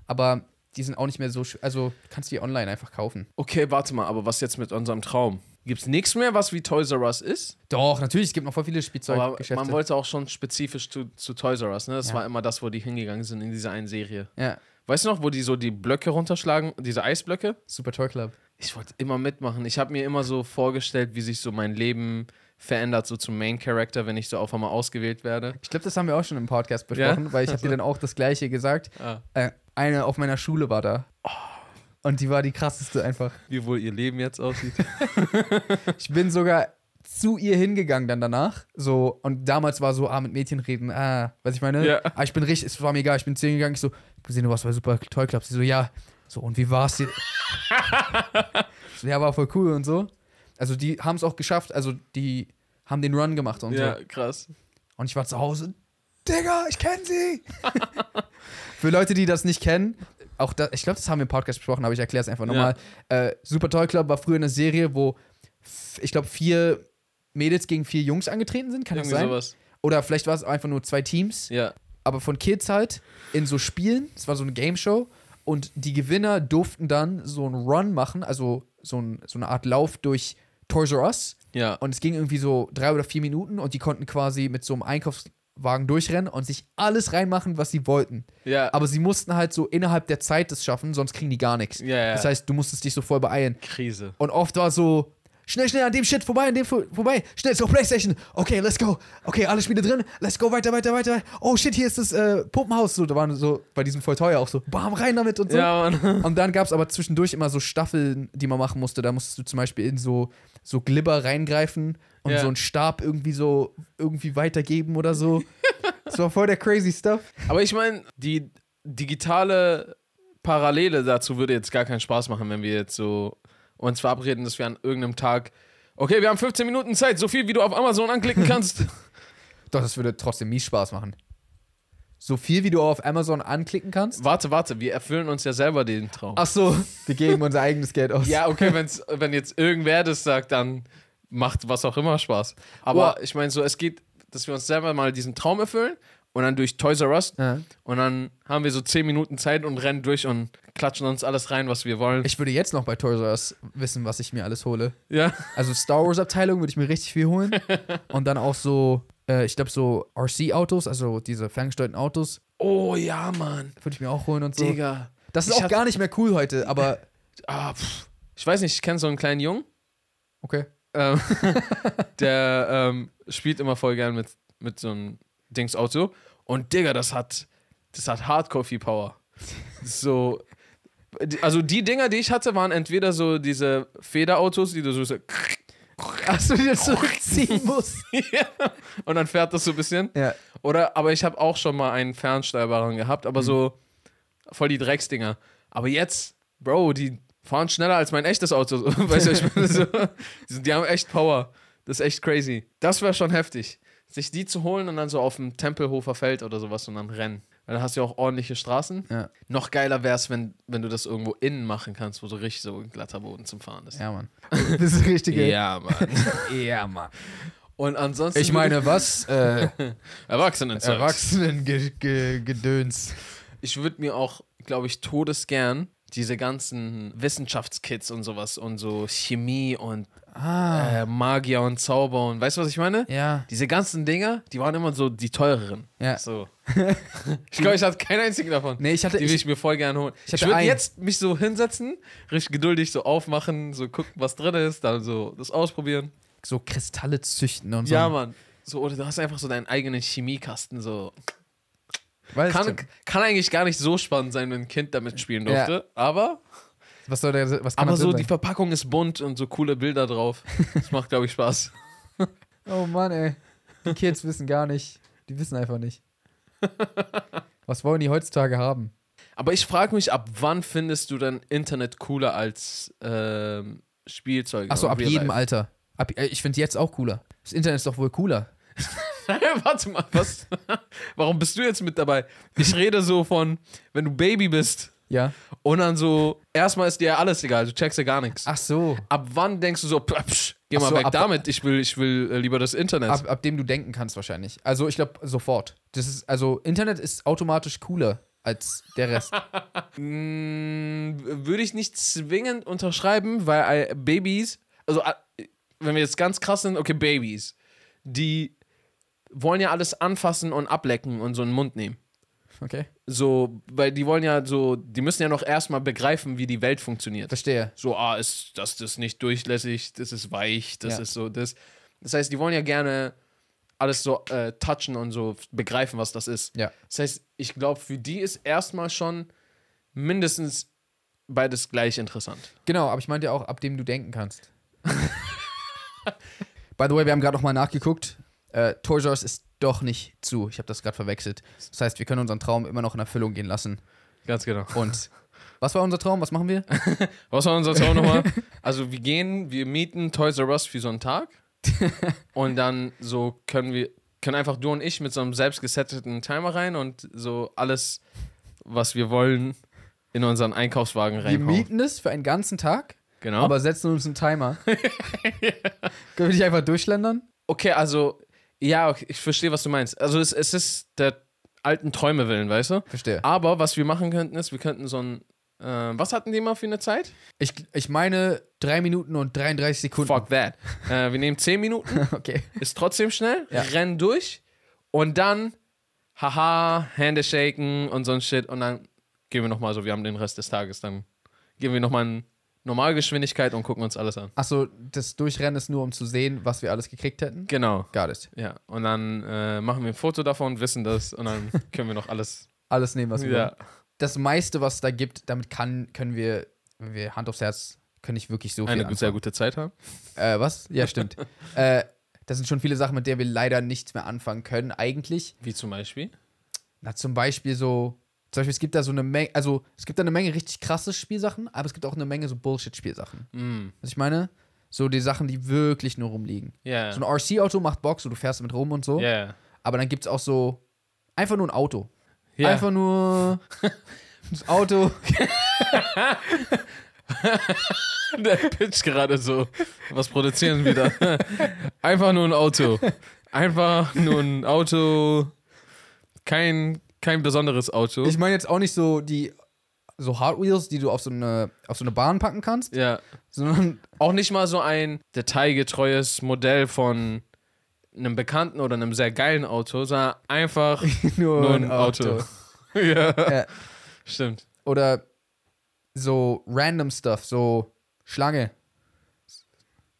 [SPEAKER 1] Aber die sind auch nicht mehr so, sch- also kannst du die online einfach kaufen.
[SPEAKER 2] Okay, warte mal, aber was jetzt mit unserem Traum? Gibt's nichts mehr, was wie Toys R Us ist?
[SPEAKER 1] Doch, natürlich, es gibt noch voll viele
[SPEAKER 2] Aber
[SPEAKER 1] Spielzeuggeschäfte.
[SPEAKER 2] man wollte auch schon spezifisch zu, zu Toys R Us, ne? Das
[SPEAKER 1] Ja.
[SPEAKER 2] war immer das, wo die hingegangen sind in dieser einen Serie.
[SPEAKER 1] ja,
[SPEAKER 2] Weißt du noch, wo die so die Blöcke runterschlagen, diese Eisblöcke?
[SPEAKER 1] Super Toy Club.
[SPEAKER 2] Ich wollte immer mitmachen. Ich habe mir immer so vorgestellt, wie sich so mein Leben verändert, so zum Main Character, wenn ich so auf einmal ausgewählt werde.
[SPEAKER 1] Ich glaube, das haben wir auch schon im Podcast besprochen, weil ich habe dir dann auch das Gleiche gesagt.
[SPEAKER 2] Ah.
[SPEAKER 1] Äh, eine auf meiner Schule war da.
[SPEAKER 2] Oh.
[SPEAKER 1] Und die war die krasseste einfach.
[SPEAKER 2] Wie wohl ihr Leben jetzt aussieht.
[SPEAKER 1] Ich bin sogar zu ihr hingegangen dann danach. So, und damals war so, ah, mit Mädchen reden, ah, weiß ich meine?
[SPEAKER 2] Ja.
[SPEAKER 1] Ah, ich bin richtig, es war mir egal, ich bin zu ihr gegangen, ich so, "Ich hab gesehen, du warst bei Super Toy Club. Sie so, ja. So, und wie war's dir? Ich so, ja, war voll cool und so. Also, die haben es auch geschafft, also, die haben den Run gemacht und so.
[SPEAKER 2] ja, krass.
[SPEAKER 1] Und ich war zu Hause, Digga, ich kenne sie. Für Leute, die das nicht kennen, auch da, ich glaube, das haben wir im Podcast besprochen, aber ich erkläre es einfach nochmal. Äh, Super Toy Club war früher eine Serie, wo f- ich glaube, vier Mädels gegen vier Jungs angetreten sind, kann
[SPEAKER 2] Irgendwie
[SPEAKER 1] das sein?
[SPEAKER 2] sowas.
[SPEAKER 1] Oder vielleicht war es einfach nur zwei Teams,
[SPEAKER 2] Ja.
[SPEAKER 1] aber von Kids halt in so Spielen. Es war so eine Game Show und die Gewinner durften dann so einen Run machen, also so, ein, so eine Art Lauf durch Toys R Us.
[SPEAKER 2] Ja.
[SPEAKER 1] Und es ging irgendwie so drei oder vier Minuten und die konnten quasi mit so einem Einkaufswagen durchrennen und sich alles reinmachen, was sie wollten.
[SPEAKER 2] Ja.
[SPEAKER 1] Aber sie mussten halt so innerhalb der Zeit das schaffen, sonst kriegen die gar nichts.
[SPEAKER 2] Ja, ja.
[SPEAKER 1] Das heißt, du musstest dich so voll beeilen.
[SPEAKER 2] Krise.
[SPEAKER 1] Und oft war so, schnell, schnell, an dem Shit, vorbei, an dem vor- vorbei, schnell zur Playstation. Okay, let's go. Okay, alle Spiele drin, let's go, weiter, weiter, weiter. Oh shit, hier ist das äh, Puppenhaus. So, da waren so, bei diesem voll teuer auch so, bam, rein damit und so.
[SPEAKER 2] Ja, Mann.
[SPEAKER 1] Und dann gab es aber zwischendurch immer so Staffeln, die man machen musste. Da musstest du zum Beispiel in so, so Glibber reingreifen und
[SPEAKER 2] Ja.
[SPEAKER 1] so einen Stab irgendwie so irgendwie weitergeben oder so. das war voll der crazy stuff.
[SPEAKER 2] Aber ich meine, die digitale Parallele dazu würde jetzt gar keinen Spaß machen, wenn wir jetzt so und uns verabreden, dass wir an irgendeinem Tag, okay, wir haben 15 Minuten Zeit, so viel wie du auf Amazon anklicken kannst.
[SPEAKER 1] Doch, das würde trotzdem mies Spaß machen. So viel, wie du auf Amazon anklicken kannst.
[SPEAKER 2] warte, warte, wir erfüllen uns ja selber den Traum.
[SPEAKER 1] Ach so, wir geben unser eigenes Geld aus.
[SPEAKER 2] Ja, okay, wenn's, wenn jetzt irgendwer das sagt, dann macht was auch immer Spaß. Aber ich meine, so, es geht, dass wir uns selber mal diesen Traum erfüllen und dann durch Toys R Us
[SPEAKER 1] Ja.
[SPEAKER 2] und dann haben wir so 10 Minuten Zeit und rennen durch und klatschen uns alles rein, was wir wollen.
[SPEAKER 1] Ich würde jetzt noch bei Toys R Us wissen, was ich mir alles hole.
[SPEAKER 2] ja.
[SPEAKER 1] Also Star Wars Abteilung würde ich mir richtig viel holen. Und dann auch so, äh, ich glaube so RC-Autos, also diese ferngesteuerten Autos,
[SPEAKER 2] Oh ja, Mann.
[SPEAKER 1] würde ich mir auch holen und so.
[SPEAKER 2] Digga.
[SPEAKER 1] Das ist
[SPEAKER 2] Ich
[SPEAKER 1] auch
[SPEAKER 2] hab-
[SPEAKER 1] gar nicht mehr cool heute, aber
[SPEAKER 2] Ah, pff. ich weiß nicht, ich kenne so einen kleinen Jungen,
[SPEAKER 1] okay.
[SPEAKER 2] ähm, der ähm, spielt immer voll gern mit, mit so einem Dings Auto. Und Digga, das hat, das hat Hardcore viel Power. So. Also die Dinger, die ich hatte, waren entweder so diese Federautos, die du so, so
[SPEAKER 1] Hast du dir zurückziehen musst?
[SPEAKER 2] und dann fährt das so ein bisschen.
[SPEAKER 1] Ja.
[SPEAKER 2] Oder, aber ich habe auch schon mal einen fernsteuerbaren gehabt,
[SPEAKER 1] Mhm.
[SPEAKER 2] aber so voll die Drecksdinger. Aber jetzt, Bro, die fahren schneller als mein echtes Auto. so. Weißt du, ich meine, so, die sind- die haben echt Power. Das ist echt crazy. Das wäre schon heftig. Sich die zu holen und dann so auf dem Tempelhofer Feld oder sowas und dann rennen. Weil dann hast du ja auch ordentliche Straßen.
[SPEAKER 1] Ja.
[SPEAKER 2] Noch geiler wäre es, wenn, wenn du das irgendwo innen machen kannst, wo so richtig so ein glatter Boden zum Fahren ist.
[SPEAKER 1] Ja, Mann. Das ist richtig.
[SPEAKER 2] Ja, Mann.
[SPEAKER 1] ja Mann.
[SPEAKER 2] Und ansonsten.
[SPEAKER 1] Ich meine, was? Äh,
[SPEAKER 2] Erwachsenen
[SPEAKER 1] Erwachsenen-Gedöns.
[SPEAKER 2] Ich würde mir auch, glaube ich, todesgern diese ganzen Wissenschaftskits und sowas und so Chemie und
[SPEAKER 1] Ah,
[SPEAKER 2] äh, Magier und Zauber und weißt du, was ich meine?
[SPEAKER 1] ja.
[SPEAKER 2] Diese ganzen Dinger, die waren immer so die teureren.
[SPEAKER 1] Ja.
[SPEAKER 2] So. ich glaube, ich hatte keinen einzigen davon.
[SPEAKER 1] Nee, ich hatte.
[SPEAKER 2] Die will
[SPEAKER 1] Ich,
[SPEAKER 2] ich mir voll gern holen. Ich,
[SPEAKER 1] hatte
[SPEAKER 2] würde
[SPEAKER 1] einen.
[SPEAKER 2] jetzt mich so hinsetzen, richtig geduldig so aufmachen, so gucken, was drin ist, dann so das ausprobieren.
[SPEAKER 1] so Kristalle züchten und so.
[SPEAKER 2] Ja, Mann. So, oder du hast einfach so deinen eigenen Chemiekasten, so
[SPEAKER 1] Weiß
[SPEAKER 2] Kann,
[SPEAKER 1] ich denn?
[SPEAKER 2] kann eigentlich gar nicht so spannend sein, wenn ein Kind damit spielen
[SPEAKER 1] Ja.
[SPEAKER 2] durfte. Aber,
[SPEAKER 1] was soll der, was kann
[SPEAKER 2] aber
[SPEAKER 1] da drin
[SPEAKER 2] so,
[SPEAKER 1] sein?
[SPEAKER 2] die Verpackung ist bunt und so coole Bilder drauf. Das macht, glaube ich, Spaß.
[SPEAKER 1] Oh Mann, ey. Die Kids wissen gar nicht. Die wissen einfach nicht. Was wollen die heutzutage haben?
[SPEAKER 2] Aber ich frage mich, ab wann findest du dann Internet cooler als ähm, Spielzeuge?
[SPEAKER 1] Achso,
[SPEAKER 2] und
[SPEAKER 1] ab
[SPEAKER 2] Real
[SPEAKER 1] jedem
[SPEAKER 2] Life?
[SPEAKER 1] Alter. Ab, äh, ich finde jetzt auch cooler. Das Internet ist doch wohl cooler.
[SPEAKER 2] Warte mal, was? Warum bist du jetzt mit dabei? Ich rede so von, wenn du Baby bist
[SPEAKER 1] Ja.
[SPEAKER 2] und dann so, erstmal ist dir ja alles egal, du checkst ja gar nichts.
[SPEAKER 1] Ach so.
[SPEAKER 2] Ab wann denkst du so, pf, psch, geh mal
[SPEAKER 1] Ach so,
[SPEAKER 2] weg
[SPEAKER 1] ab-
[SPEAKER 2] damit, ich will, ich will äh, lieber das Internet.
[SPEAKER 1] Ab, ab dem du denken kannst wahrscheinlich. Also ich glaube sofort. Das ist also Internet ist automatisch cooler als der Rest.
[SPEAKER 2] Mm, Würde ich nicht zwingend unterschreiben, weil äh, Babys, also äh, wenn wir jetzt ganz krass sind, okay, Babys, die wollen ja alles anfassen und ablecken und so in den Mund nehmen.
[SPEAKER 1] Okay.
[SPEAKER 2] So, weil die wollen ja so, die müssen ja noch erstmal begreifen, wie die Welt funktioniert.
[SPEAKER 1] Verstehe.
[SPEAKER 2] So, ah, ist das, das ist nicht durchlässig, das ist weich, das
[SPEAKER 1] Ja.
[SPEAKER 2] ist so, das. Das heißt, die wollen ja gerne alles so äh, touchen und so begreifen, was das ist.
[SPEAKER 1] Ja.
[SPEAKER 2] Das heißt, ich glaube, für die ist erstmal schon mindestens beides gleich interessant.
[SPEAKER 1] Genau, aber ich meinte ja auch, ab dem du denken kannst. By the way, wir haben gerade nochmal nachgeguckt. Äh, Toys R Us ist doch nicht zu. Ich habe das gerade verwechselt. Das heißt, wir können unseren Traum immer noch in Erfüllung gehen lassen.
[SPEAKER 2] Ganz genau.
[SPEAKER 1] Und was war unser Traum? Was machen wir?
[SPEAKER 2] Was war unser Traum nochmal? Also wir gehen, wir mieten Toys R Us für so einen Tag und dann so können wir, können einfach du und ich mit so einem selbst gesetteten Timer rein und so alles, was wir wollen, in unseren Einkaufswagen
[SPEAKER 1] Wir
[SPEAKER 2] reinhauen.
[SPEAKER 1] mieten es für einen ganzen Tag,
[SPEAKER 2] Genau.
[SPEAKER 1] aber setzen uns einen Timer. Können wir dich einfach durchschlendern?
[SPEAKER 2] okay, also, ja, okay, ich verstehe, was du meinst. Also es, es ist der alten Träume willen, weißt du?
[SPEAKER 1] Verstehe.
[SPEAKER 2] Aber was wir machen könnten, ist, wir könnten so ein. Äh, was hatten die mal für eine Zeit?
[SPEAKER 1] Ich, ich meine 3 Minuten und 33 Sekunden.
[SPEAKER 2] Fuck that. Äh, wir nehmen 10 Minuten,
[SPEAKER 1] Okay.
[SPEAKER 2] ist trotzdem schnell,
[SPEAKER 1] Ja.
[SPEAKER 2] rennen durch und dann, haha, Hände shaken und so ein Shit und dann gehen wir nochmal so, wir haben den Rest des Tages, dann gehen wir nochmal in Normalgeschwindigkeit und gucken uns alles an.
[SPEAKER 1] Achso, das Durchrennen ist nur, um zu sehen, was wir alles gekriegt hätten.
[SPEAKER 2] Genau,
[SPEAKER 1] Got it.
[SPEAKER 2] ja. Und dann äh, machen wir ein Foto davon, wissen das und dann können wir noch alles.
[SPEAKER 1] Alles nehmen, was wir wollen.
[SPEAKER 2] ja.
[SPEAKER 1] das meiste, was es da gibt, damit kann, können wir, wenn wir Hand aufs Herz, können ich wirklich so viel
[SPEAKER 2] Eine sehr
[SPEAKER 1] anfangen.
[SPEAKER 2] gute Zeit haben.
[SPEAKER 1] Äh, was? Ja, stimmt. äh, das sind schon viele Sachen, mit denen wir leider nichts mehr anfangen können, eigentlich.
[SPEAKER 2] Wie zum Beispiel.
[SPEAKER 1] Na, zum Beispiel so Zum Beispiel, es gibt da so eine Menge, also es gibt da eine Menge richtig krasse Spielsachen, aber es gibt auch eine Menge so Bullshit-Spielsachen.
[SPEAKER 2] Mm.
[SPEAKER 1] Was ich meine? So die Sachen, die wirklich nur rumliegen.
[SPEAKER 2] Ja.
[SPEAKER 1] So ein RC-Auto macht Bock, so du fährst damit rum und so.
[SPEAKER 2] Ja.
[SPEAKER 1] Aber dann gibt es auch so einfach nur ein Auto.
[SPEAKER 2] Ja.
[SPEAKER 1] Einfach nur das Auto.
[SPEAKER 2] Der Pitch gerade so. Was produzieren wir da? Einfach nur ein Auto. Einfach nur ein Auto. Kein, kein besonderes Auto.
[SPEAKER 1] Ich meine jetzt auch nicht so die so Hard Wheels, die du auf so eine, auf so eine Bahn packen kannst,
[SPEAKER 2] ja.
[SPEAKER 1] sondern
[SPEAKER 2] Auch nicht mal so ein detailgetreues Modell von einem bekannten oder einem sehr geilen Auto, sondern einfach
[SPEAKER 1] nur,
[SPEAKER 2] nur ein Auto. ja.
[SPEAKER 1] Ja.
[SPEAKER 2] Stimmt.
[SPEAKER 1] Oder so random Stuff, so Schlange.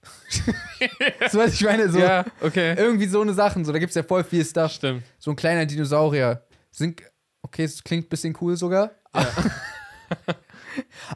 [SPEAKER 1] so was ich meine, so
[SPEAKER 2] Ja, okay.
[SPEAKER 1] irgendwie so eine Sachen, so da gibt es ja voll viel Stuff.
[SPEAKER 2] Stimmt.
[SPEAKER 1] So ein kleiner Dinosaurier. Sind, okay, es klingt ein bisschen cool sogar.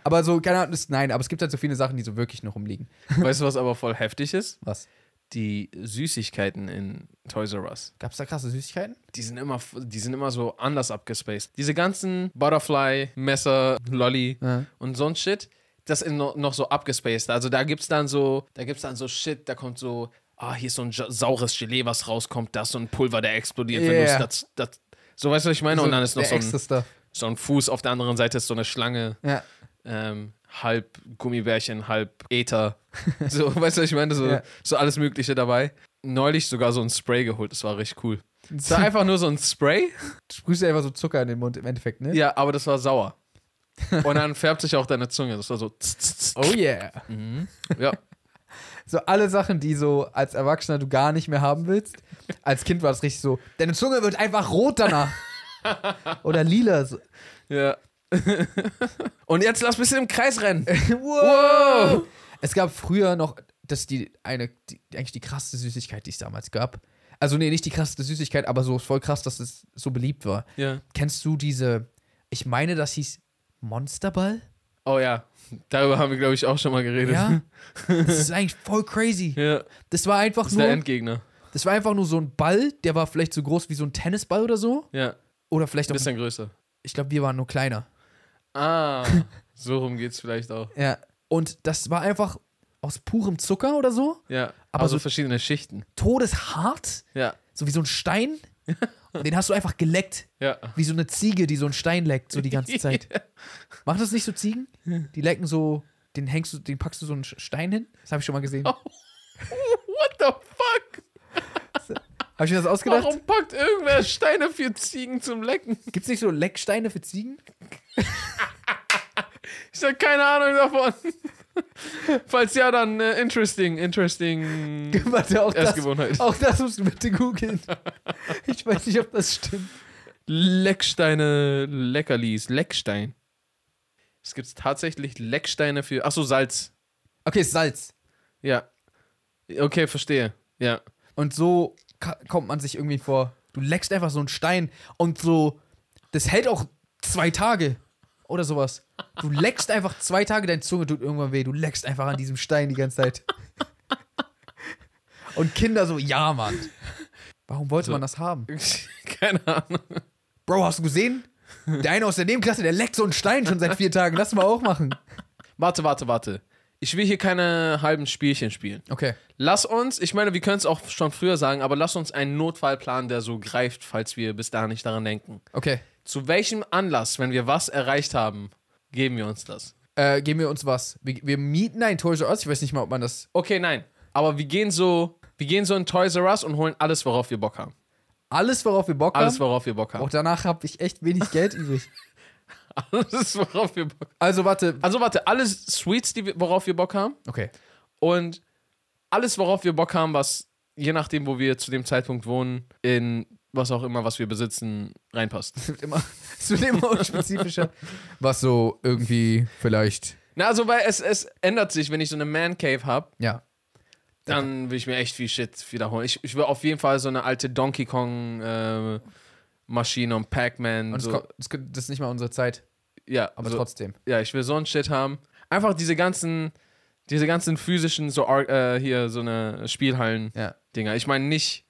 [SPEAKER 1] aber so, keine Ahnung, das- nein, aber es gibt halt so viele Sachen, die so wirklich noch rumliegen.
[SPEAKER 2] Weißt du, was aber voll heftig ist?
[SPEAKER 1] Was?
[SPEAKER 2] Die Süßigkeiten in Toys R Us.
[SPEAKER 1] Gab es da krasse Süßigkeiten?
[SPEAKER 2] Die sind immer, die sind immer so anders abgespaced. Diese ganzen Butterfly, Messer, Lolly
[SPEAKER 1] Ja.
[SPEAKER 2] und so ein Shit, das ist noch, noch so abgespaced. Also da gibt's dann so, da gibt's dann so Shit, da kommt so, ah, hier ist so ein ja- saures Gelee, was rauskommt, das ist so ein Pulver, der explodiert, wenn
[SPEAKER 1] Yeah.
[SPEAKER 2] du das, das, so weißt du, was ich meine? und dann ist noch
[SPEAKER 1] der
[SPEAKER 2] so
[SPEAKER 1] extra
[SPEAKER 2] ein,
[SPEAKER 1] Stuff.
[SPEAKER 2] so ein Fuß, auf der anderen Seite ist so eine Schlange,
[SPEAKER 1] Ja.
[SPEAKER 2] ähm, halb Gummibärchen, halb Äther. So, weißt du, was ich meine? So,
[SPEAKER 1] Ja.
[SPEAKER 2] so alles Mögliche dabei. Neulich sogar so ein Spray geholt, das war richtig cool. Es war einfach nur so ein Spray,
[SPEAKER 1] Sprühst dir einfach so Zucker in den Mund im Endeffekt, ne?
[SPEAKER 2] ja, aber das war sauer. Und dann färbt sich auch deine Zunge. Das war so. tz, tz, tz.
[SPEAKER 1] Oh yeah.
[SPEAKER 2] Ja,
[SPEAKER 1] So alle Sachen, die so als Erwachsener du gar nicht mehr haben willst. Als Kind war das richtig so, deine Zunge wird einfach rot danach. Oder lila. So.
[SPEAKER 2] ja. Und jetzt lass ein bisschen im Kreis rennen.
[SPEAKER 1] Wow. Es gab früher noch, das ist die eine, die, eigentlich die krasseste Süßigkeit, die es damals gab. Also nee, nicht die krasseste Süßigkeit, aber so voll krass, dass es so beliebt war.
[SPEAKER 2] Ja.
[SPEAKER 1] Kennst du diese, ich meine, das hieß Monsterball?
[SPEAKER 2] Oh ja, darüber haben wir, glaube ich, auch schon mal geredet.
[SPEAKER 1] Ja. Das ist eigentlich voll crazy.
[SPEAKER 2] Ja,
[SPEAKER 1] Das war einfach
[SPEAKER 2] das ist der
[SPEAKER 1] nur,
[SPEAKER 2] Endgegner.
[SPEAKER 1] das war einfach nur so ein Ball, der war vielleicht so groß wie so ein Tennisball oder so.
[SPEAKER 2] Ja, ein
[SPEAKER 1] Oder vielleicht auch,
[SPEAKER 2] bisschen größer.
[SPEAKER 1] ich glaube, wir waren nur kleiner.
[SPEAKER 2] Ah, so rum geht's vielleicht auch.
[SPEAKER 1] Ja. Und das war einfach aus purem Zucker oder so.
[SPEAKER 2] Ja,
[SPEAKER 1] Aber
[SPEAKER 2] aber so
[SPEAKER 1] so-
[SPEAKER 2] verschiedene Schichten.
[SPEAKER 1] Todeshart.
[SPEAKER 2] Ja,
[SPEAKER 1] So wie so ein Stein. Und den hast du einfach geleckt.
[SPEAKER 2] ja.
[SPEAKER 1] Wie so eine Ziege, die so einen Stein leckt, so die ganze Zeit. Machen das nicht so Ziegen? Die lecken so, den hängst du, den packst du so einen Sch- Stein hin. Das habe ich schon mal gesehen.
[SPEAKER 2] Oh, What the fuck?
[SPEAKER 1] Habe ich mir das ausgedacht?
[SPEAKER 2] Warum packt irgendwer Steine für Ziegen zum Lecken?
[SPEAKER 1] Gibt es nicht so Lecksteine für Ziegen?
[SPEAKER 2] Ich habe keine Ahnung davon. Falls ja, dann äh, interesting, interesting.
[SPEAKER 1] Warte, auch das,
[SPEAKER 2] Erstgewohnheit.
[SPEAKER 1] auch das musst du bitte googeln. Ich weiß nicht, ob das stimmt.
[SPEAKER 2] Lecksteine, Leckerlis, Leckstein. Es gibt tatsächlich Lecksteine für. Achso, Salz.
[SPEAKER 1] Okay, ist Salz.
[SPEAKER 2] Ja. Okay, verstehe. Ja.
[SPEAKER 1] Und so ka- kommt man sich irgendwie vor. Du leckst einfach so einen Stein und so, das hält auch zwei Tage oder sowas. Du leckst einfach zwei Tage, deine Zunge tut irgendwann weh. Du leckst einfach an diesem Stein die ganze Zeit. Und Kinder so, ja, Mann. Warum wollte
[SPEAKER 2] So.
[SPEAKER 1] man das haben?
[SPEAKER 2] keine Ahnung.
[SPEAKER 1] Bro, hast du gesehen? Der eine aus der Nebenklasse, der leckt so einen Stein schon seit vier Tagen. Lass mal auch machen.
[SPEAKER 2] Warte, warte, warte. Ich will hier keine halben Spielchen spielen.
[SPEAKER 1] Okay.
[SPEAKER 2] Lass uns, ich meine, wir können es auch schon früher sagen, aber lass uns einen Notfallplan, der so greift, falls wir bis dahin nicht daran denken.
[SPEAKER 1] Okay.
[SPEAKER 2] Zu welchem Anlass, wenn wir was erreicht haben, geben wir uns das?
[SPEAKER 1] Äh, geben wir uns was. Wir, wir mieten ein Toys R Us. Ich weiß nicht mal, ob man das.
[SPEAKER 2] Okay, nein. Aber wir gehen so, wir gehen so in Toys R Us und holen alles, worauf wir Bock haben.
[SPEAKER 1] Alles, worauf wir Bock
[SPEAKER 2] Alles,
[SPEAKER 1] haben.
[SPEAKER 2] worauf wir Bock haben.
[SPEAKER 1] Und danach habe ich echt wenig Geld übrig.
[SPEAKER 2] Alles, worauf wir Bock haben.
[SPEAKER 1] Also warte.
[SPEAKER 2] Also warte, alles Sweets, die wir, worauf wir Bock haben
[SPEAKER 1] Okay.
[SPEAKER 2] und alles, worauf wir Bock haben, was je nachdem, wo wir zu dem Zeitpunkt wohnen, in was auch immer, was wir besitzen, reinpasst.
[SPEAKER 1] Es wird immer, es wird immer unspezifischer. Was so irgendwie vielleicht.
[SPEAKER 2] Na, also weil es, es ändert sich, wenn ich so eine Man Cave habe,
[SPEAKER 1] Ja.
[SPEAKER 2] dann will ich mir echt viel Shit wiederholen. Ich, ich will auf jeden Fall so eine alte Donkey Kong äh, Maschine und Pac-Man.
[SPEAKER 1] Und es
[SPEAKER 2] So,
[SPEAKER 1] kommt- es kommt- das ist nicht mal unsere Zeit,
[SPEAKER 2] ja,
[SPEAKER 1] aber
[SPEAKER 2] so,
[SPEAKER 1] trotzdem.
[SPEAKER 2] ja, ich will so ein Shit haben. Einfach diese ganzen, diese ganzen physischen, so Ar- äh, hier, so eine Spielhallen-Dinger.
[SPEAKER 1] Ja.
[SPEAKER 2] Ich meine nicht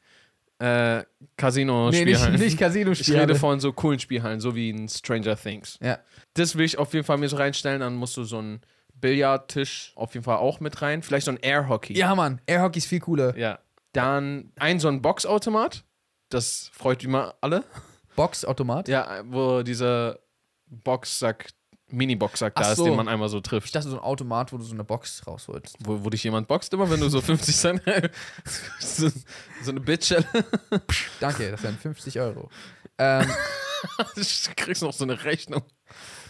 [SPEAKER 2] äh,
[SPEAKER 1] Nee, nicht,
[SPEAKER 2] Casino-Spielhallen.
[SPEAKER 1] nicht casino
[SPEAKER 2] halt. ich rede von so coolen Spielhallen, so wie in Stranger Things.
[SPEAKER 1] Ja.
[SPEAKER 2] Das will ich auf jeden Fall mir so reinstellen. Dann musst du so einen Billardtisch auf jeden Fall auch mit rein. Vielleicht so ein Air-Hockey.
[SPEAKER 1] Ja, Mann, Airhockey ist viel cooler.
[SPEAKER 2] ja. Dann ein so ein Boxautomat. Das freut immer alle.
[SPEAKER 1] Boxautomat?
[SPEAKER 2] Ja, wo dieser Boxsack, Mini-Boxsack
[SPEAKER 1] Ach
[SPEAKER 2] da ist,
[SPEAKER 1] so.
[SPEAKER 2] den man einmal so
[SPEAKER 1] Ich
[SPEAKER 2] trifft.
[SPEAKER 1] dachte, so ein Automat, wo du so eine Box rausholst.
[SPEAKER 2] Wo, wo dich jemand boxt immer, wenn du so 50 Cent so, so eine Bitch
[SPEAKER 1] Danke, das wären 50 Euro. Ähm,
[SPEAKER 2] kriegst noch so eine Rechnung.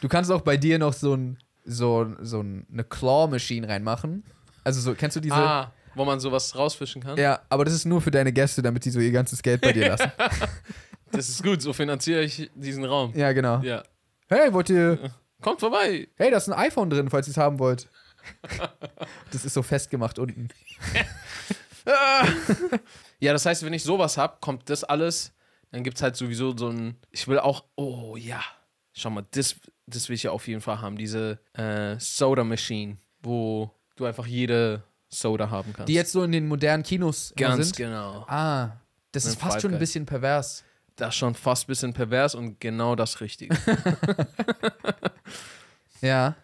[SPEAKER 1] du kannst auch bei dir noch so, ein, so, ein- so ein- eine Claw-Machine reinmachen. Also so, kennst du diese?
[SPEAKER 2] ah, wo man sowas rausfischen kann.
[SPEAKER 1] Ja, aber das ist nur für deine Gäste, damit die so ihr ganzes Geld bei dir lassen.
[SPEAKER 2] Das ist gut, so finanziere ich diesen Raum.
[SPEAKER 1] ja, genau.
[SPEAKER 2] Ja.
[SPEAKER 1] Hey, wollt ihr.
[SPEAKER 2] Kommt vorbei.
[SPEAKER 1] Hey, da ist ein iPhone drin, falls ihr es haben wollt. das ist so festgemacht unten.
[SPEAKER 2] Ja, das heißt, wenn ich sowas hab, kommt das alles. Dann gibt's halt sowieso so ein. Ich will auch. Oh ja. Schau mal, das, das will ich ja auf jeden Fall haben. Diese äh, Soda Machine, wo du einfach jede Soda haben kannst.
[SPEAKER 1] Die jetzt so in den modernen Kinos immer
[SPEAKER 2] Ganz
[SPEAKER 1] sind.
[SPEAKER 2] genau.
[SPEAKER 1] Ah, das
[SPEAKER 2] Mit
[SPEAKER 1] ist fast
[SPEAKER 2] Five
[SPEAKER 1] schon ein
[SPEAKER 2] Guys.
[SPEAKER 1] bisschen pervers.
[SPEAKER 2] Das ist schon fast ein bisschen pervers und genau das Richtige.
[SPEAKER 1] Ja.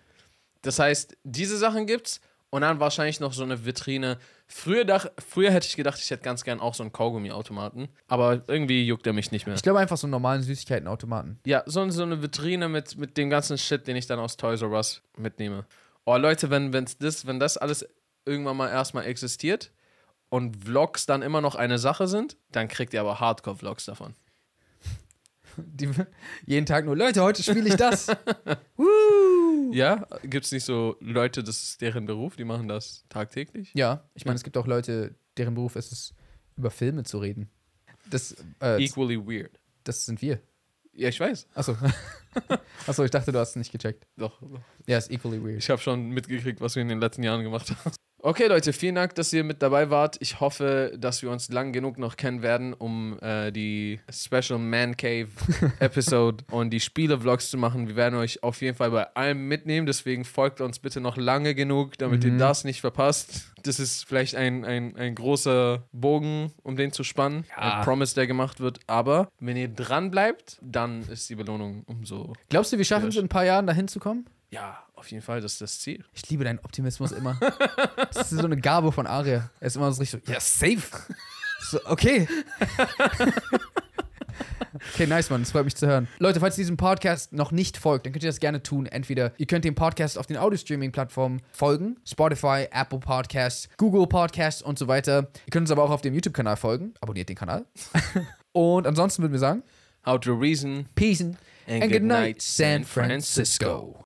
[SPEAKER 2] Das heißt, diese Sachen gibt's und dann wahrscheinlich noch so eine Vitrine. Früher, dach, früher hätte ich gedacht, ich hätte ganz gern auch so einen Kaugummi-Automaten, aber irgendwie juckt er mich nicht mehr.
[SPEAKER 1] Ich glaube einfach so einen normalen Süßigkeitenautomaten.
[SPEAKER 2] Ja, so, so eine Vitrine mit, mit dem ganzen Shit, den ich dann aus Toys R Us mitnehme. Oh, Leute, wenn, wenn's das, wenn das alles irgendwann mal erstmal existiert und Vlogs dann immer noch eine Sache sind, dann kriegt ihr aber Hardcore-Vlogs davon.
[SPEAKER 1] Die, jeden Tag nur, Leute, heute spiele ich das.
[SPEAKER 2] Ja? Gibt's nicht so Leute, das ist deren Beruf, die machen das tagtäglich?
[SPEAKER 1] ja, ich meine, es gibt auch Leute, deren Beruf ist es, über Filme zu reden. Das, äh,
[SPEAKER 2] Equally weird.
[SPEAKER 1] das sind wir.
[SPEAKER 2] Ja, ich weiß.
[SPEAKER 1] Achso. Achso, ich dachte, du hast es nicht gecheckt.
[SPEAKER 2] Doch, doch.
[SPEAKER 1] Ja, ist equally weird.
[SPEAKER 2] Ich habe schon mitgekriegt, was wir in den letzten Jahren gemacht haben. Okay, Leute, vielen Dank, dass ihr mit dabei wart. Ich hoffe, dass wir uns lang genug noch kennen werden, um äh, die Special Man Cave Episode und die Spiele-Vlogs zu machen. Wir werden euch auf jeden Fall bei allem mitnehmen, deswegen folgt uns bitte noch lange genug, damit ihr das nicht verpasst. Das ist vielleicht ein, ein, ein großer Bogen, um den zu spannen.
[SPEAKER 1] Ja.
[SPEAKER 2] Ein Promise, der gemacht wird. Aber wenn ihr dran bleibt, dann ist die Belohnung umso.
[SPEAKER 1] Glaubst du, wir schaffen es in ein paar Jahren, dahin zu kommen?
[SPEAKER 2] Ja, auf jeden Fall, das ist das Ziel.
[SPEAKER 1] Ich liebe deinen Optimismus immer. Das ist so eine Gabe von Aria. Er ist immer so richtig so, ja, safe. So, okay. Okay, nice, Mann. Es freut mich zu hören. Leute, falls ihr diesem Podcast noch nicht folgt, dann könnt ihr das gerne tun. Entweder ihr könnt dem Podcast auf den Audio-Streaming-Plattformen folgen. Spotify, Apple Podcasts, Google Podcasts und so weiter. Ihr könnt uns aber auch auf dem YouTube-Kanal folgen. Abonniert den Kanal. Und ansonsten würden wir sagen,
[SPEAKER 2] How to reason
[SPEAKER 1] Peace and,
[SPEAKER 2] and,
[SPEAKER 1] good
[SPEAKER 2] good
[SPEAKER 1] night,
[SPEAKER 2] night, San Francisco.